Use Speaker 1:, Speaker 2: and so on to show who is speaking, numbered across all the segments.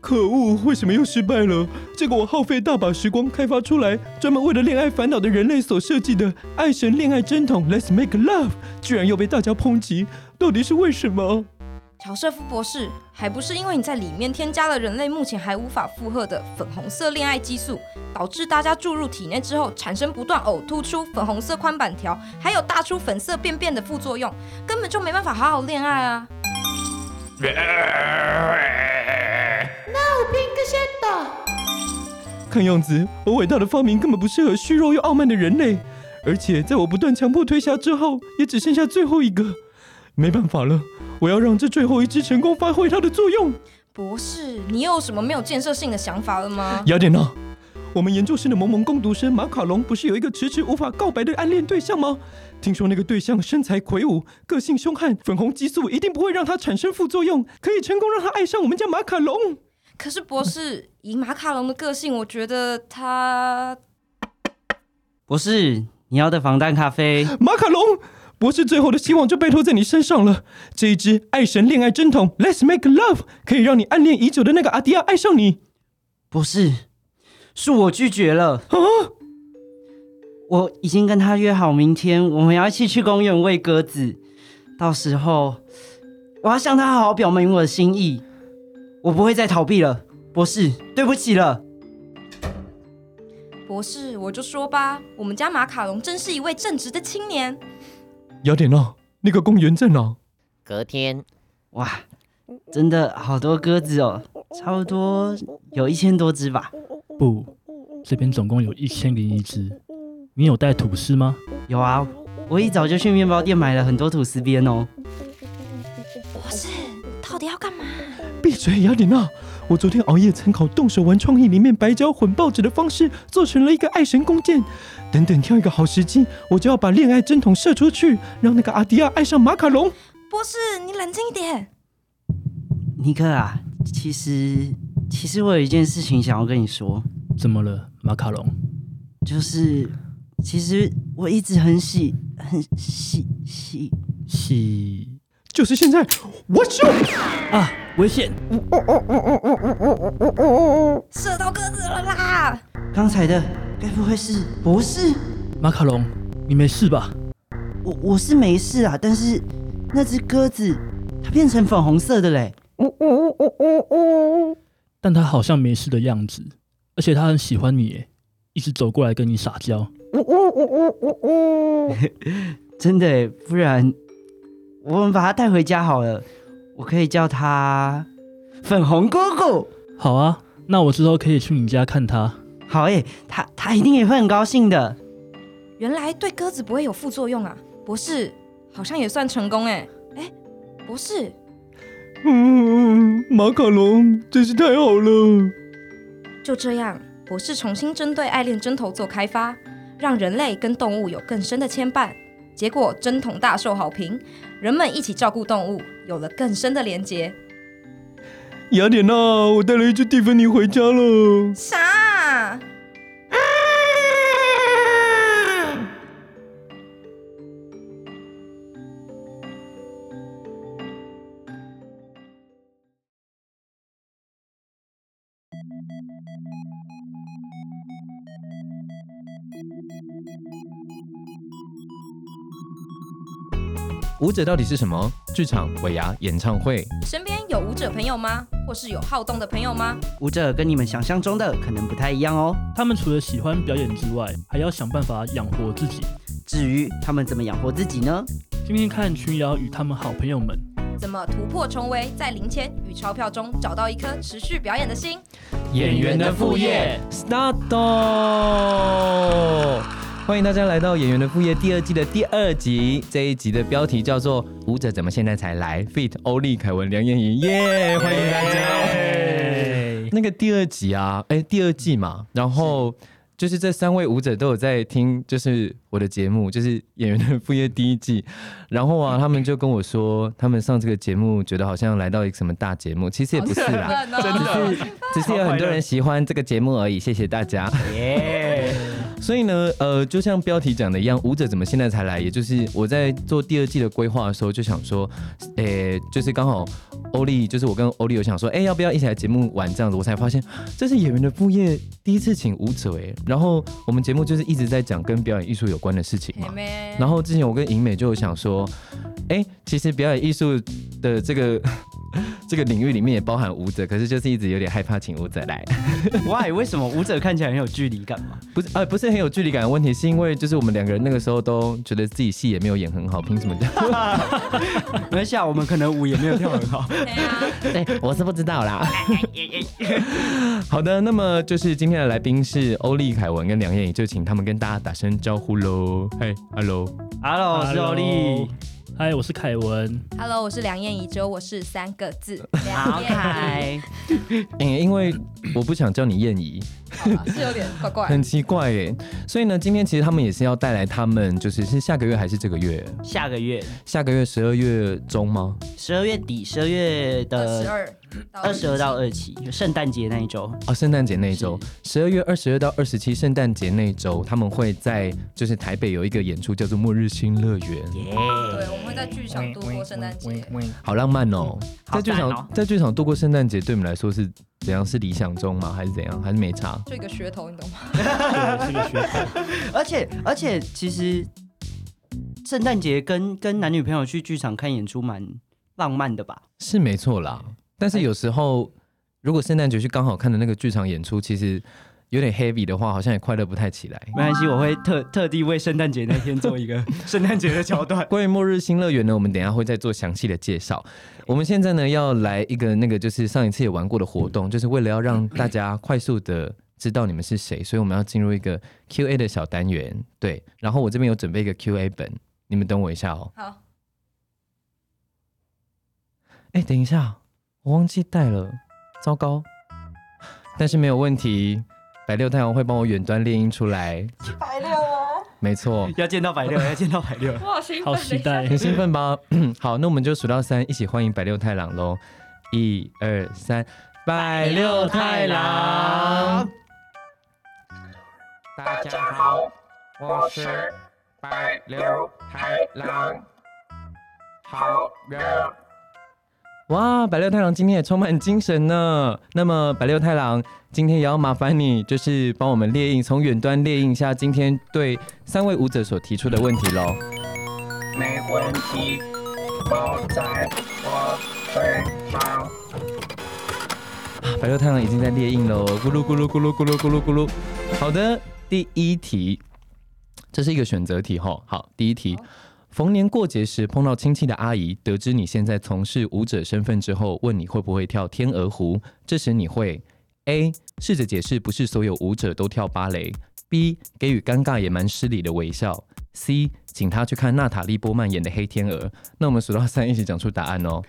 Speaker 1: 可恶，为什么又失败了？这个我耗费大把时光开发出来，专门为了恋爱烦恼的人类所设计的爱神恋爱针筒 Let's Make Love，居然又被大家抨击，到底是为什么？
Speaker 2: 乔瑟夫博士，还不是因为你在里面添加了人类目前还无法负荷的粉红色恋爱激素，导致大家注入体内之后产生不断呕吐出粉红色宽板条，还有大出粉色便便的副作用，根本就没办法好好恋爱啊！
Speaker 1: 看样子我伟大的发明根本不适合虚弱又傲慢的人类，而且在我不断强迫推销之后，也只剩下最后一个。没办法了，我要让这最后一只成功发挥它的作用。
Speaker 2: 博士，你又有什么没有建设性的想法了 吗？
Speaker 1: 雅典娜，我们研究室的萌萌攻读生马卡龙不是有一个迟迟无法告白的暗恋对象吗？听说那个对象身材魁梧，个性凶悍，粉红激素一定不会让他产生副作用，可以成功让他爱上我们家马卡龙。
Speaker 2: 可是博士，以马卡龙的个性，我觉得他
Speaker 3: 博士，你要的防弹咖啡，
Speaker 1: 马卡龙博士最后的希望就拜托在你身上了。这一支爱神恋爱针筒 Let's Make Love 可以让你暗恋已久的那个阿迪亚爱上你。
Speaker 3: 博士，是我拒绝了。
Speaker 1: 啊
Speaker 3: 我已经跟他约好，明天我们要一起去公园喂鸽子。到时候，我要向他好好表明我的心意，我不会再逃避了。博士，对不起了。
Speaker 2: 博士，我就说吧，我们家马卡龙真是一位正直的青年。
Speaker 1: 雅典娜，那个公园在哪？
Speaker 4: 隔天，
Speaker 3: 哇，真的好多鸽子哦，差不多有一千多只吧。
Speaker 5: 不，这边总共有一千零一只。你有带吐司吗？
Speaker 3: 有啊，我一早就去面包店买了很多吐司边哦。
Speaker 2: 博士，到底要干嘛？
Speaker 1: 闭嘴，雅典娜！我昨天熬夜参考《动手玩创意》里面白胶混报纸的方式，做成了一个爱神弓箭。等等，挑一个好时机，我就要把恋爱针筒射出去，让那个阿迪亚爱上马卡龙。
Speaker 2: 博士，你冷静一点。
Speaker 3: 尼克啊，其实其实我有一件事情想要跟你说，
Speaker 5: 怎么了，马卡龙？
Speaker 3: 就是其实我一直很喜很喜喜，
Speaker 5: 喜
Speaker 1: 就是现在，What's up？
Speaker 5: 啊，危险！
Speaker 2: 射到鸽子了啦！
Speaker 3: 刚才的该不会是博士？
Speaker 5: 马卡龙，你没事吧？
Speaker 3: 我我是没事啊，但是那只鸽子它变成粉红色的嘞。
Speaker 5: 但他好像没事的样子，而且他很喜欢你耶，一直走过来跟你撒娇。
Speaker 3: 真的耶，不然我们把它带回家好了。我可以叫它粉红姑姑。
Speaker 5: 好啊，那我之后可以去你家看他。
Speaker 3: 好诶，它它一定也会很高兴的。
Speaker 2: 原来对鸽子不会有副作用啊。博士，好像也算成功哎。哎，博士，
Speaker 1: 嗯，马卡龙真是太好了。
Speaker 2: 就这样，博士重新针对爱恋针头做开发，让人类跟动物有更深的牵绊。结果针筒大受好评，人们一起照顾动物，有了更深的连结。
Speaker 1: 雅典娜，我带了一只蒂芬尼回家了。
Speaker 2: 啥？
Speaker 6: 舞者到底是什么？剧场、尾牙、演唱会，
Speaker 2: 身边有舞者朋友吗？或是有好动的朋友吗？
Speaker 3: 舞者跟你们想象中的可能不太一样哦。
Speaker 5: 他们除了喜欢表演之外，还要想办法养活自己。
Speaker 3: 至于他们怎么养活自己呢？
Speaker 5: 今天看群瑶与他们好朋友们，
Speaker 2: 怎么突破重围，在零钱与钞票中找到一颗持续表演的心？
Speaker 6: 演员的副业，start！欢哦迎大家来到《演员的副业》第二季的第二集。这一集的标题叫做“舞者怎么现在才来 ”，fit 欧丽、凯文、梁燕莹，耶！欢迎大家。那个第二集啊，哎，第二季嘛，然后就是这三位舞者都有在听，就是我的节目，就是《演员的副业》第一季。然后啊，他们就跟我说，他们上这个节目觉得好像来到一个什么大节目，其实也不是啊啦，
Speaker 2: 真
Speaker 6: 只是只是有很多人喜欢这个节目而已，谢谢大家。所以呢，呃，就像标题讲的一样，舞者怎么现在才来？也就是我在做第二季的规划的时候，就想说，诶、就是刚好欧丽，就是我跟欧丽有想说，诶，要不要一起来节目玩这样子？我才发现啊这是演员的副业，第一次请舞者诶、然后我们节目就是一直在讲跟表演艺术有关的事情嘛。
Speaker 2: 妹
Speaker 6: 然后之前我跟颖美就有想说，哎、其实表演艺术的这个 这个领域里面也包含舞者，可是就是一直有点害怕请舞者来，
Speaker 3: Why？为什么舞者看起来很有距离感嘛？
Speaker 6: 不是呃不是很有距离感的问题，是因为就是我们两个人那个时候都觉得自己戏也没有演很好，凭什么 这样？
Speaker 3: 没关系啊，我们可能舞也没有跳很 好。
Speaker 2: 对啊，
Speaker 6: 对，我是不知道啦。 好的，那么就是今天的来宾是欧丽、凯文跟梁燕颖，就请他们跟大家打声招呼喽。嗨，hello。
Speaker 3: Hello，我是哦欧丽。
Speaker 5: 嗨，我是凯文。
Speaker 2: Hello，我是梁燕怡，只有我是三个字。
Speaker 3: 好
Speaker 2: 梁燕
Speaker 3: 凯，
Speaker 6: 嗯，因为我不想叫你燕怡，
Speaker 2: 怡，好吧是有点怪怪。
Speaker 6: 很奇怪耶。所以呢，今天其实他们也是要带来他们，就是是下个月还是这个月？
Speaker 3: 下个月
Speaker 6: 下个月十二月中吗？
Speaker 3: 十二月底，十二月
Speaker 2: 二十
Speaker 3: 的
Speaker 2: 二，
Speaker 3: 二十二到二七，就圣诞节那一周。
Speaker 6: 哦，圣诞节那一周，十二月二十二到二十七，圣诞节那一周，他们会在就是台北有一个演出叫做《末日新乐园》，
Speaker 3: 耶、
Speaker 2: 对，我们会在剧场度过圣诞节。
Speaker 6: 好浪漫哦！
Speaker 3: 好
Speaker 6: 在剧
Speaker 3: 赞
Speaker 6: 场、
Speaker 3: 哦
Speaker 6: 在剧场度过圣诞节，对你们来说是怎样？是理想中吗？还是怎样？还是没差？
Speaker 2: 这个噱头你懂吗？
Speaker 5: 这个学长
Speaker 3: 而且而且，其实圣诞节跟跟男女朋友去剧场看演出蛮浪漫的吧？
Speaker 6: 是没错啦，
Speaker 3: 哎
Speaker 6: 但是有时候如果圣诞节去刚好看的那个剧场演出，其实有点 heavy 的话，好像也快乐不太起来。
Speaker 3: 没关系，我会特特地为圣诞节那天做一个 圣诞节的桥段。
Speaker 6: 关于末日新乐园呢，我们等一下会再做详细的介绍。我们现在呢要来一个那个就是上一次也玩过的活动，就是为了要让大家快速的知道你们是谁，所以我们要进入一个 Q&A 的小单元。对，然后我这边有准备一个 Q&A 本，你们等我一下哦。
Speaker 2: 好，
Speaker 6: 哎，等一下，我忘记带了，糟糕！但是没有问题，白六太阳会帮我远端猎鹰出来。
Speaker 2: 白六哦，
Speaker 6: 没错，
Speaker 3: 要见到白 六，要见到白六。
Speaker 2: 我好兴
Speaker 5: 好期待
Speaker 6: 很兴奋吧？ 好，那我们就数到三，一起欢迎白六太郎喽！一二三，白六太郎，
Speaker 4: 大家好，我是白刘海狼，好热。
Speaker 6: 哇，白六太郎今天也充满精神呢。那么白六太郎今天也要麻烦你，就是帮我们列印，从远端列印一下今天对三位舞者所提出的问题喽。
Speaker 4: 没问题，包在我身上。
Speaker 6: 啊白六太郎已经在列印喽，咕噜咕噜咕噜咕噜咕噜咕噜。好的，第一题，这是一个选择题哈。好，第一题，逢年过节时碰到亲戚的阿姨，得知你现在从事舞者身份之后，问你会不会跳天鹅湖，这时你会 A 试着解释不是所有舞者都跳芭蕾，B 给予尴尬也蛮失礼的微笑，C 请他去看娜塔莉波曼演的黑天鹅。那我们数到三，一起讲出答案哦。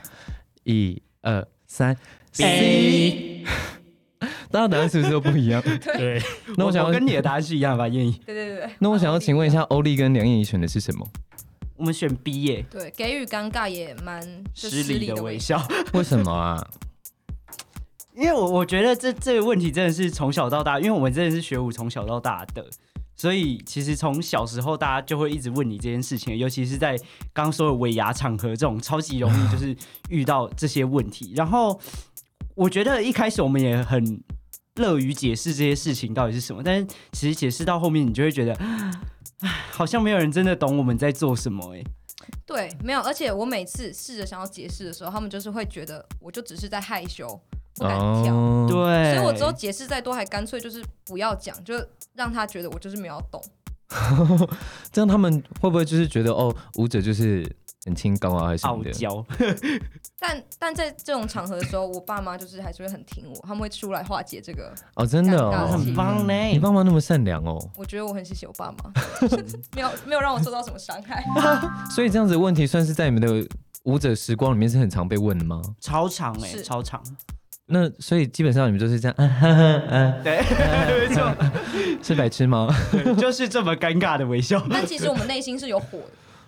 Speaker 6: 一二三
Speaker 5: A
Speaker 6: 大家答案是不是都不一 样？
Speaker 5: 对，
Speaker 6: 那我
Speaker 3: 我
Speaker 6: 想要
Speaker 3: 跟你的答案是一样吧，燕怡？
Speaker 2: 对对对对，
Speaker 6: 那我想要请问一下，欧丽跟梁燕怡选的是什么？
Speaker 3: 我们选 B 耶、
Speaker 2: 对，给予尴尬也蛮就
Speaker 3: 失礼的
Speaker 2: 的
Speaker 3: 微
Speaker 2: 笑。
Speaker 3: 笑。
Speaker 6: 为什么啊？
Speaker 3: 因为我我觉得这这个问题真的是从小到大，因为我们真的是学舞从小到大的，所以其实从小时候大家就会一直问你这件事情，尤其是在刚刚说的尾牙场合这种，超级容易 就是遇到这些问题。然后我觉得一开始我们也很乐于解释这些事情到底是什么，但是其实解释到后面，你就会觉得，唉，好像没有人真的懂我们在做什么、欸，
Speaker 2: 对，没有，而且我每次试着想要解释的时候，他们就是会觉得我就只是在害羞，不敢跳。
Speaker 6: 哦，
Speaker 3: 对，啊
Speaker 2: 所以我之后解释再多，还干脆就是不要讲，就让他觉得我就是没有懂。
Speaker 6: 这样他们会不会就是觉得哦，舞者就是很清高啊，还是什
Speaker 3: 傲
Speaker 6: 么的？
Speaker 3: 娇，
Speaker 2: 但但在这种场合的时候，我爸妈就是还是会很挺我，他们会出来化解这个。
Speaker 6: 哦，真的
Speaker 2: 尴尬
Speaker 6: 哦
Speaker 2: 的，
Speaker 3: 很棒欸呢，
Speaker 6: 你爸妈那么善良哦，
Speaker 2: 我觉得我很谢谢我爸妈， 没有没有让我受到什么伤害。
Speaker 6: 所以这样子的问题算是在你们的舞者时光里面是很常被问的吗？
Speaker 3: 超长哎、
Speaker 2: 是
Speaker 3: 超长，
Speaker 6: 那所以基本上你们就是这样，啊、哈哈啊
Speaker 3: 对， 没错。
Speaker 6: 是白痴 吗？
Speaker 3: 就是这么尴尬的微笑。
Speaker 2: 但其实我们内心是有火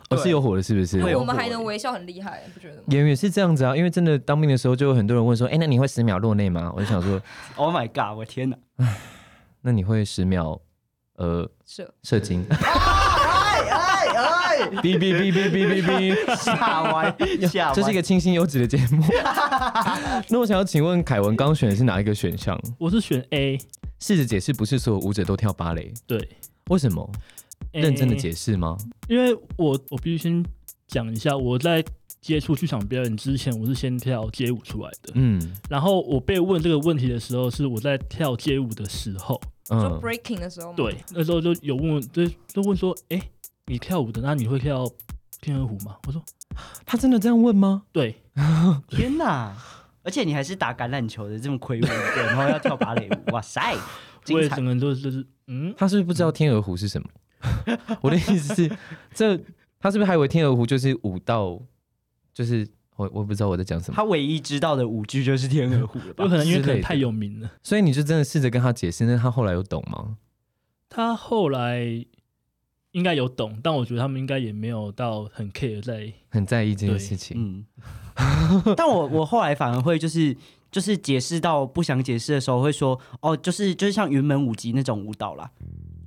Speaker 6: 我、哦是有火了是不是？
Speaker 3: 会
Speaker 2: 的，
Speaker 3: 有
Speaker 2: 我们
Speaker 3: 火
Speaker 2: 还能微笑，很厉害，不觉得吗？
Speaker 6: 演员是这样子啊，因为真的当兵的时候就有很多人问说，哎、那你会十秒落泪吗？我就想说，
Speaker 3: Oh my god！我天哪，
Speaker 6: 那你会十秒呃
Speaker 2: 社
Speaker 6: 射精。
Speaker 3: 哎哎，
Speaker 6: 哔哔哔哔哔哔哔。
Speaker 3: 吓歪，吓歪，
Speaker 6: 这是一个清新优质的节 目。那我想要请问，凯文刚选的是哪一个选项？
Speaker 5: 我是选 A，
Speaker 6: 试着解释，不是所有舞者都跳芭蕾，
Speaker 5: 对，
Speaker 6: 为什么？认真的解
Speaker 5: 释，
Speaker 6: 释吗？
Speaker 5: 因为我我必须先讲一下，我在接触剧场表演之前，我是先跳街舞出来的。
Speaker 6: 嗯
Speaker 5: 然后我被问这个问题的时候，是我在跳街舞的时候，
Speaker 2: 就
Speaker 6: 嗯
Speaker 2: breaking 的时候嘛。
Speaker 5: 对，那时候就有问，就就问说，哎、你跳舞的，那你会跳天鹅湖吗？我说
Speaker 6: 他真的这样问吗？
Speaker 5: 对，
Speaker 3: 天哪！而且你还是打橄榄球的这么魁梧一个，然后要跳芭蕾舞，哇 塞，
Speaker 5: 我
Speaker 3: 精
Speaker 5: 也
Speaker 3: 彩
Speaker 5: 整！个人就是就是嗯，
Speaker 6: 他是不是不知道天鹅湖是什 么？我的意思是，这他是不是还以为天鹅湖就是舞蹈，就是我我不知道我在讲什么。
Speaker 3: 他唯一知道的舞剧就是《天鹅湖》了吧
Speaker 5: 有？可能因为
Speaker 6: 之
Speaker 5: 可能
Speaker 6: 类的
Speaker 5: 太有名了。
Speaker 6: 所以你就真的试着跟他解释，那他后来有懂吗？
Speaker 5: 他后来应该有懂，但我觉得他们应该也没有到很 care 在
Speaker 6: 很在意这件
Speaker 5: 对
Speaker 6: 事情。
Speaker 3: 嗯，但我我后来反而会就是就是解释到不想解释的时候，会说哦，就是就是像云门舞集那种舞蹈啦，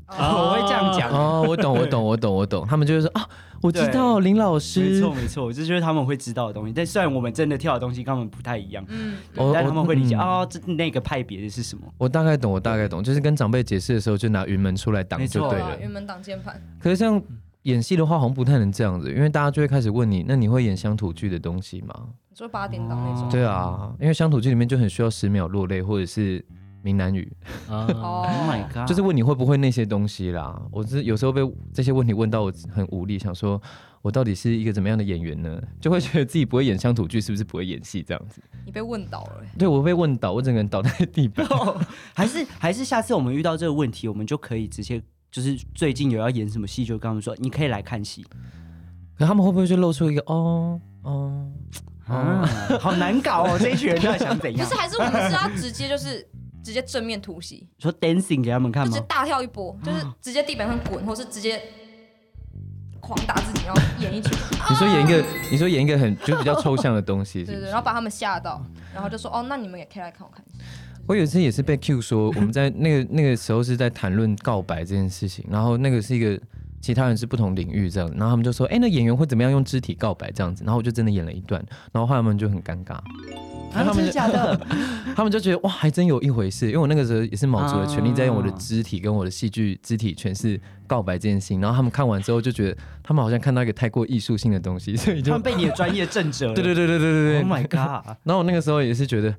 Speaker 5: 哦
Speaker 3: 我会这样讲。
Speaker 6: 哦，我懂，我懂，我懂，我懂。他们就会说啊，我知道林老
Speaker 3: 没
Speaker 6: 师
Speaker 3: 错，没错，这就是他们会知道的东西。但虽然我们真的跳的东西跟他们不太一样，
Speaker 2: 嗯，
Speaker 3: 对
Speaker 6: 哦
Speaker 3: 但
Speaker 6: 哦
Speaker 3: 他们会理解
Speaker 6: 嗯
Speaker 3: 哦，这那个派别的是什么？
Speaker 6: 我大概懂，我大概懂，就是跟长辈解释的时候就拿云门出来挡
Speaker 3: 没
Speaker 6: 就
Speaker 3: 错
Speaker 6: 对
Speaker 2: 啊
Speaker 6: 了。
Speaker 2: 云门挡箭牌，
Speaker 6: 可是像演戏的话，好像不太能这样子，因为大家就会开始问你，那你会演乡土剧的东西吗？
Speaker 2: 你说八点档那种。
Speaker 6: 对啊，因为乡土剧里面就很需要十秒落泪，或者是闽南语，
Speaker 5: 啊，
Speaker 2: 哦
Speaker 3: Oh my god！
Speaker 6: 就是问你会不会那些东西啦。我是有时候被这些问题问到我很无力，想说我到底是一个怎么样的演员呢？就会觉得自己不会演乡土剧，是不是不会演戏这样子？
Speaker 2: 你被问倒了欸。
Speaker 6: 对我被问倒，我整个人倒在地板。
Speaker 3: 还是还是下次我们遇到这个问题，我们就可以直接就是最近有要演什么戏，就跟他们说你可以来看戏
Speaker 6: 可他们会不会就露出一个哦哦？
Speaker 3: 啊，好难搞 哦，这一群人到底想怎
Speaker 2: 可
Speaker 3: 样
Speaker 2: 是？还是我们是要直接就是直接正面突袭，
Speaker 3: 说 dancing 给他们
Speaker 2: 就
Speaker 3: 看
Speaker 2: 直
Speaker 3: 吗啊
Speaker 2: 接？大跳一波，就是直接地板上滚，或是直接狂打自己，然后演一曲，
Speaker 6: 你说演一个，你说演一个很就比较抽象的东西，是
Speaker 2: 对
Speaker 6: 不
Speaker 2: 对对，
Speaker 6: 是
Speaker 2: 然？后把他们吓到，然后就说哦，那你们也可以来看我看戏。
Speaker 6: 我有一次也是 被 Q 说，我们在那个那个时候是在谈论告白这件事情，然后那个是一个其他人是不同领域这样，然后他们就说，哎、那演员会怎么样用肢体告白这样子？然后我就真的演了一段，然后后来他们就很尴尬，
Speaker 3: 啊，真的假的？
Speaker 6: 他们就觉得哇，还真有一回事，因为我那个时候也是卯足了全力在用我的肢体跟我的戏剧肢体诠释告白这件事情，然后他们看完之后就觉得他们好像看到一个太过艺术性的东西，所以
Speaker 3: 他
Speaker 6: 就
Speaker 3: 们被你的专业震慑了。
Speaker 6: 对对对对对对对
Speaker 3: Oh my god！
Speaker 6: 然后我那个时候也是觉得，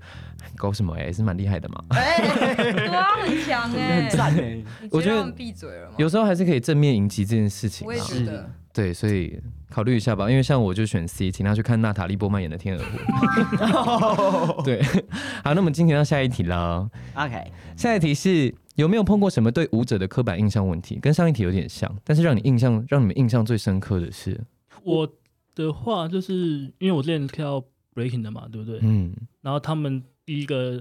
Speaker 6: 搞什么哎、欸，是蛮厉害的嘛。
Speaker 2: 对啊，很强哎、
Speaker 3: 很赞哎，
Speaker 2: 你
Speaker 6: 我
Speaker 2: 直
Speaker 6: 觉
Speaker 2: 接
Speaker 6: 得
Speaker 2: 让他们闭嘴了吗？
Speaker 6: 有时候还是可以正面迎击这件事情、
Speaker 2: 我也
Speaker 6: 啊。
Speaker 2: 觉得，
Speaker 6: 对，所以考虑一下吧，因为像我就选 C，请他去看娜塔莉波曼演的《天鹅 湖》。对，好，那我们今天到下一题了。
Speaker 3: OK，
Speaker 6: 下一题是有没有碰过什么对舞者的刻板印象问题？跟上一题有点像，但是让你印象让你们印象最深刻的是，
Speaker 5: 我的话就是因为我之前跳 breaking 的嘛，对不对？
Speaker 6: 嗯，
Speaker 5: 然后他们第一个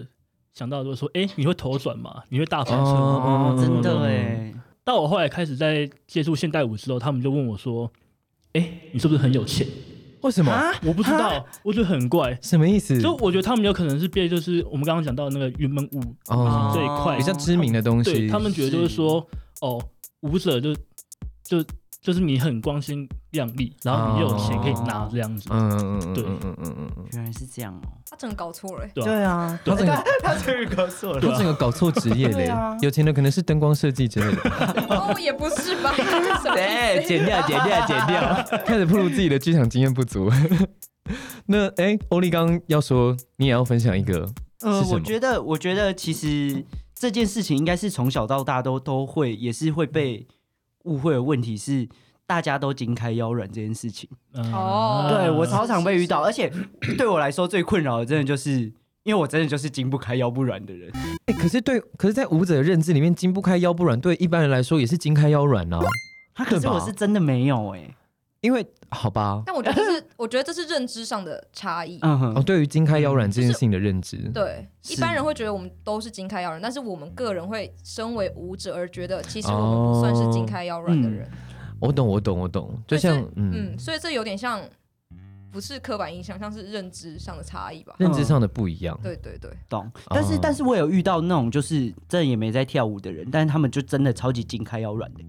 Speaker 5: 想到就是说，哎、你会头转吗？你会大转身吗？
Speaker 6: 哦
Speaker 3: 哦，真的哎，
Speaker 5: 到我后来开始在接触现代舞之后，他们就问我说，哎、你是不是很有钱？
Speaker 6: 为什么？
Speaker 2: 啊
Speaker 5: 我不知道，我觉得很怪。
Speaker 6: 什么意思？
Speaker 5: 所以我觉得他们有可能是被就是我们刚刚讲到那个云门舞
Speaker 2: 啊
Speaker 6: 哦
Speaker 5: 这一块
Speaker 6: 比较知名的东
Speaker 5: 对
Speaker 6: 西，
Speaker 5: 他们觉得就是说，哦，舞者就就就是你很光鲜亮丽，然后你又有钱可以拿这样子，
Speaker 6: 嗯嗯嗯
Speaker 5: 对
Speaker 6: 嗯嗯嗯嗯嗯，
Speaker 3: 原来是这样哦。
Speaker 2: 他整个搞错了、欸，
Speaker 5: 对吧、
Speaker 3: 对啊，
Speaker 6: 他整个
Speaker 3: 他这个告 诉 我
Speaker 6: 他整个搞错职业嘞
Speaker 3: 对啊，
Speaker 6: 有钱的可能是灯光设计之类的。
Speaker 2: 哦，也不是吧？什么意
Speaker 6: 哎，剪掉，剪掉，剪掉，开始暴露自己的剧场经验不足。 那哎，欧丽刚要说，你也要分享一个，
Speaker 3: 呃
Speaker 6: 是，什么
Speaker 3: 我觉得，我觉得其实这件事情应该是从小到大都都会，也是会被误会的问题是。大家都筋开腰软这件事情，
Speaker 5: 嗯
Speaker 2: 哦
Speaker 3: 对我
Speaker 2: 是
Speaker 3: 超常被遇到，而
Speaker 2: 是
Speaker 3: 且对我来说最困扰的，真的就是因为我真的就是筋不开腰不软的人。
Speaker 6: 哎，可是对，可是在舞者的认知里面，筋不开腰不软，对一般人来说也是筋开腰软啊。
Speaker 3: 他可是
Speaker 6: 对吧
Speaker 3: 我是真的没有哎、
Speaker 6: 因为好吧，
Speaker 2: 但我觉得这是，我觉得这是认知上的差异。
Speaker 3: 嗯
Speaker 6: 哦，
Speaker 3: 哼，
Speaker 6: 对于筋开腰软这件事情的认知，
Speaker 2: 嗯对，
Speaker 3: 是
Speaker 2: 一般人会觉得我们都是金开腰软，但是我们个人会身为舞者而觉得，其实我们不算是金开腰软的人。
Speaker 6: 我懂，我懂，我懂。就
Speaker 2: 对
Speaker 6: 像
Speaker 2: 这
Speaker 6: 嗯
Speaker 2: 嗯，所以这有点像，不不是刻板印象，像是认知上的差异吧。
Speaker 6: 认知上的不一样。
Speaker 2: 对对对，
Speaker 3: 懂。但
Speaker 6: 嗯
Speaker 3: 是，但是我有遇到那种就是真的也没在跳舞的人，但是他们就真的超级筋开腰软的，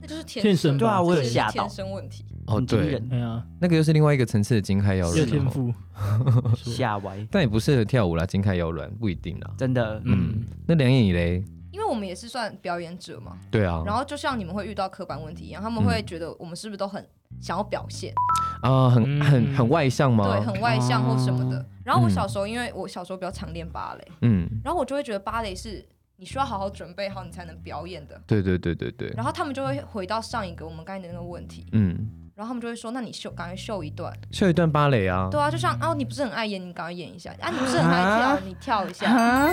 Speaker 2: 那就是天
Speaker 5: 天
Speaker 2: 生吧，
Speaker 5: 生对啊
Speaker 3: 我有
Speaker 2: 这是
Speaker 3: 吓到
Speaker 2: 天生问题。
Speaker 6: 哦，
Speaker 3: 很惊
Speaker 6: 对，
Speaker 3: 人，
Speaker 5: 哎呀，
Speaker 6: 那个又是另外一个层次的金开腰
Speaker 5: 有
Speaker 6: 软，哦
Speaker 5: 天赋，
Speaker 3: 吓歪，
Speaker 6: 但也不适合跳舞啦，金开腰软不一定啦。
Speaker 3: 真的。
Speaker 5: 嗯，
Speaker 6: 那梁艳以嘞，
Speaker 2: 因为我们也是算表演者嘛，
Speaker 6: 对啊，
Speaker 2: 然后就像你们会遇到刻板问题一样，他
Speaker 6: 嗯
Speaker 2: 们会觉得我们是不是都很想要表现，
Speaker 6: 啊，很
Speaker 5: 嗯
Speaker 6: 很很外向吗？
Speaker 2: 对，很外向或什么的
Speaker 3: 哦。
Speaker 2: 然后我
Speaker 6: 嗯
Speaker 2: 小时候，因为我小时候比较常练芭蕾，
Speaker 6: 嗯，
Speaker 2: 然后我就会觉得芭蕾是你需要好好准备好你才能表演的。
Speaker 6: 对对对对对，
Speaker 2: 然后他们就会回到上一个我们刚才的那个问题，
Speaker 6: 嗯，
Speaker 2: 然后他们就会说：“那你秀，赶快秀一段。
Speaker 6: 秀一段芭蕾啊”，
Speaker 2: 对啊，就像哦，你不是很爱演，你赶快演一下；啊，你不是很 爱跳，你跳一下。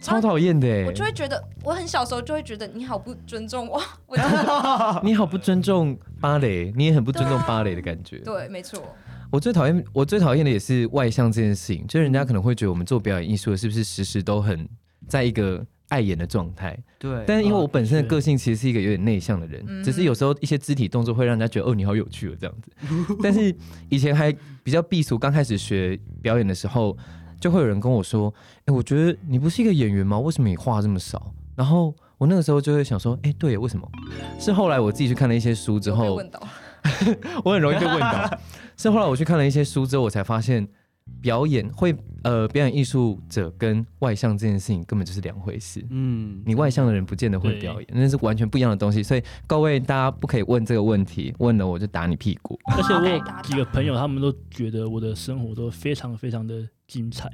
Speaker 6: 超讨厌的
Speaker 2: 我
Speaker 6: 欸，
Speaker 2: 就会觉得，我很小时候就会觉得你好不尊重我，我真 的
Speaker 6: 啊你好不尊重芭蕾，你也很不尊重芭蕾的感觉。
Speaker 2: 对，啊没错，
Speaker 6: 我最讨厌，我最讨厌的也是外向这件事情，就是人家可能会觉得我们做表演艺术的是不是时时都很在一个碍眼的状态，
Speaker 3: 对，
Speaker 6: 但是因为
Speaker 5: 哦
Speaker 6: 我本身的
Speaker 5: 是
Speaker 6: 个性其实是一个有点内向的人，
Speaker 2: 嗯
Speaker 6: 只是有时候一些肢体动作会让人家觉得哦你好有趣哦这样 子。但是以前还比较避俗，刚开始学表演的时候，就会有人跟我说：“哎、我觉得你不是一个演员吗？为什么你话这么少？”然后我那个时候就会想说：“哎、对耶，为什么？” 是后来我自己去看了一些书之
Speaker 2: 我被
Speaker 6: 后，
Speaker 2: 问到，
Speaker 6: 我很容易被问到。是后来我去看了一些书之后，我才发现表演会呃表演艺术者跟外向这件事情根本就是两回事。
Speaker 3: 嗯，
Speaker 6: 你外向的人不见得会表演，那是完全不一样的东西。所以各位大家不可以问这个问题，问了我就打你屁股。
Speaker 5: 而且我有几个朋友，他们都觉得我的生活都非常非常的精彩，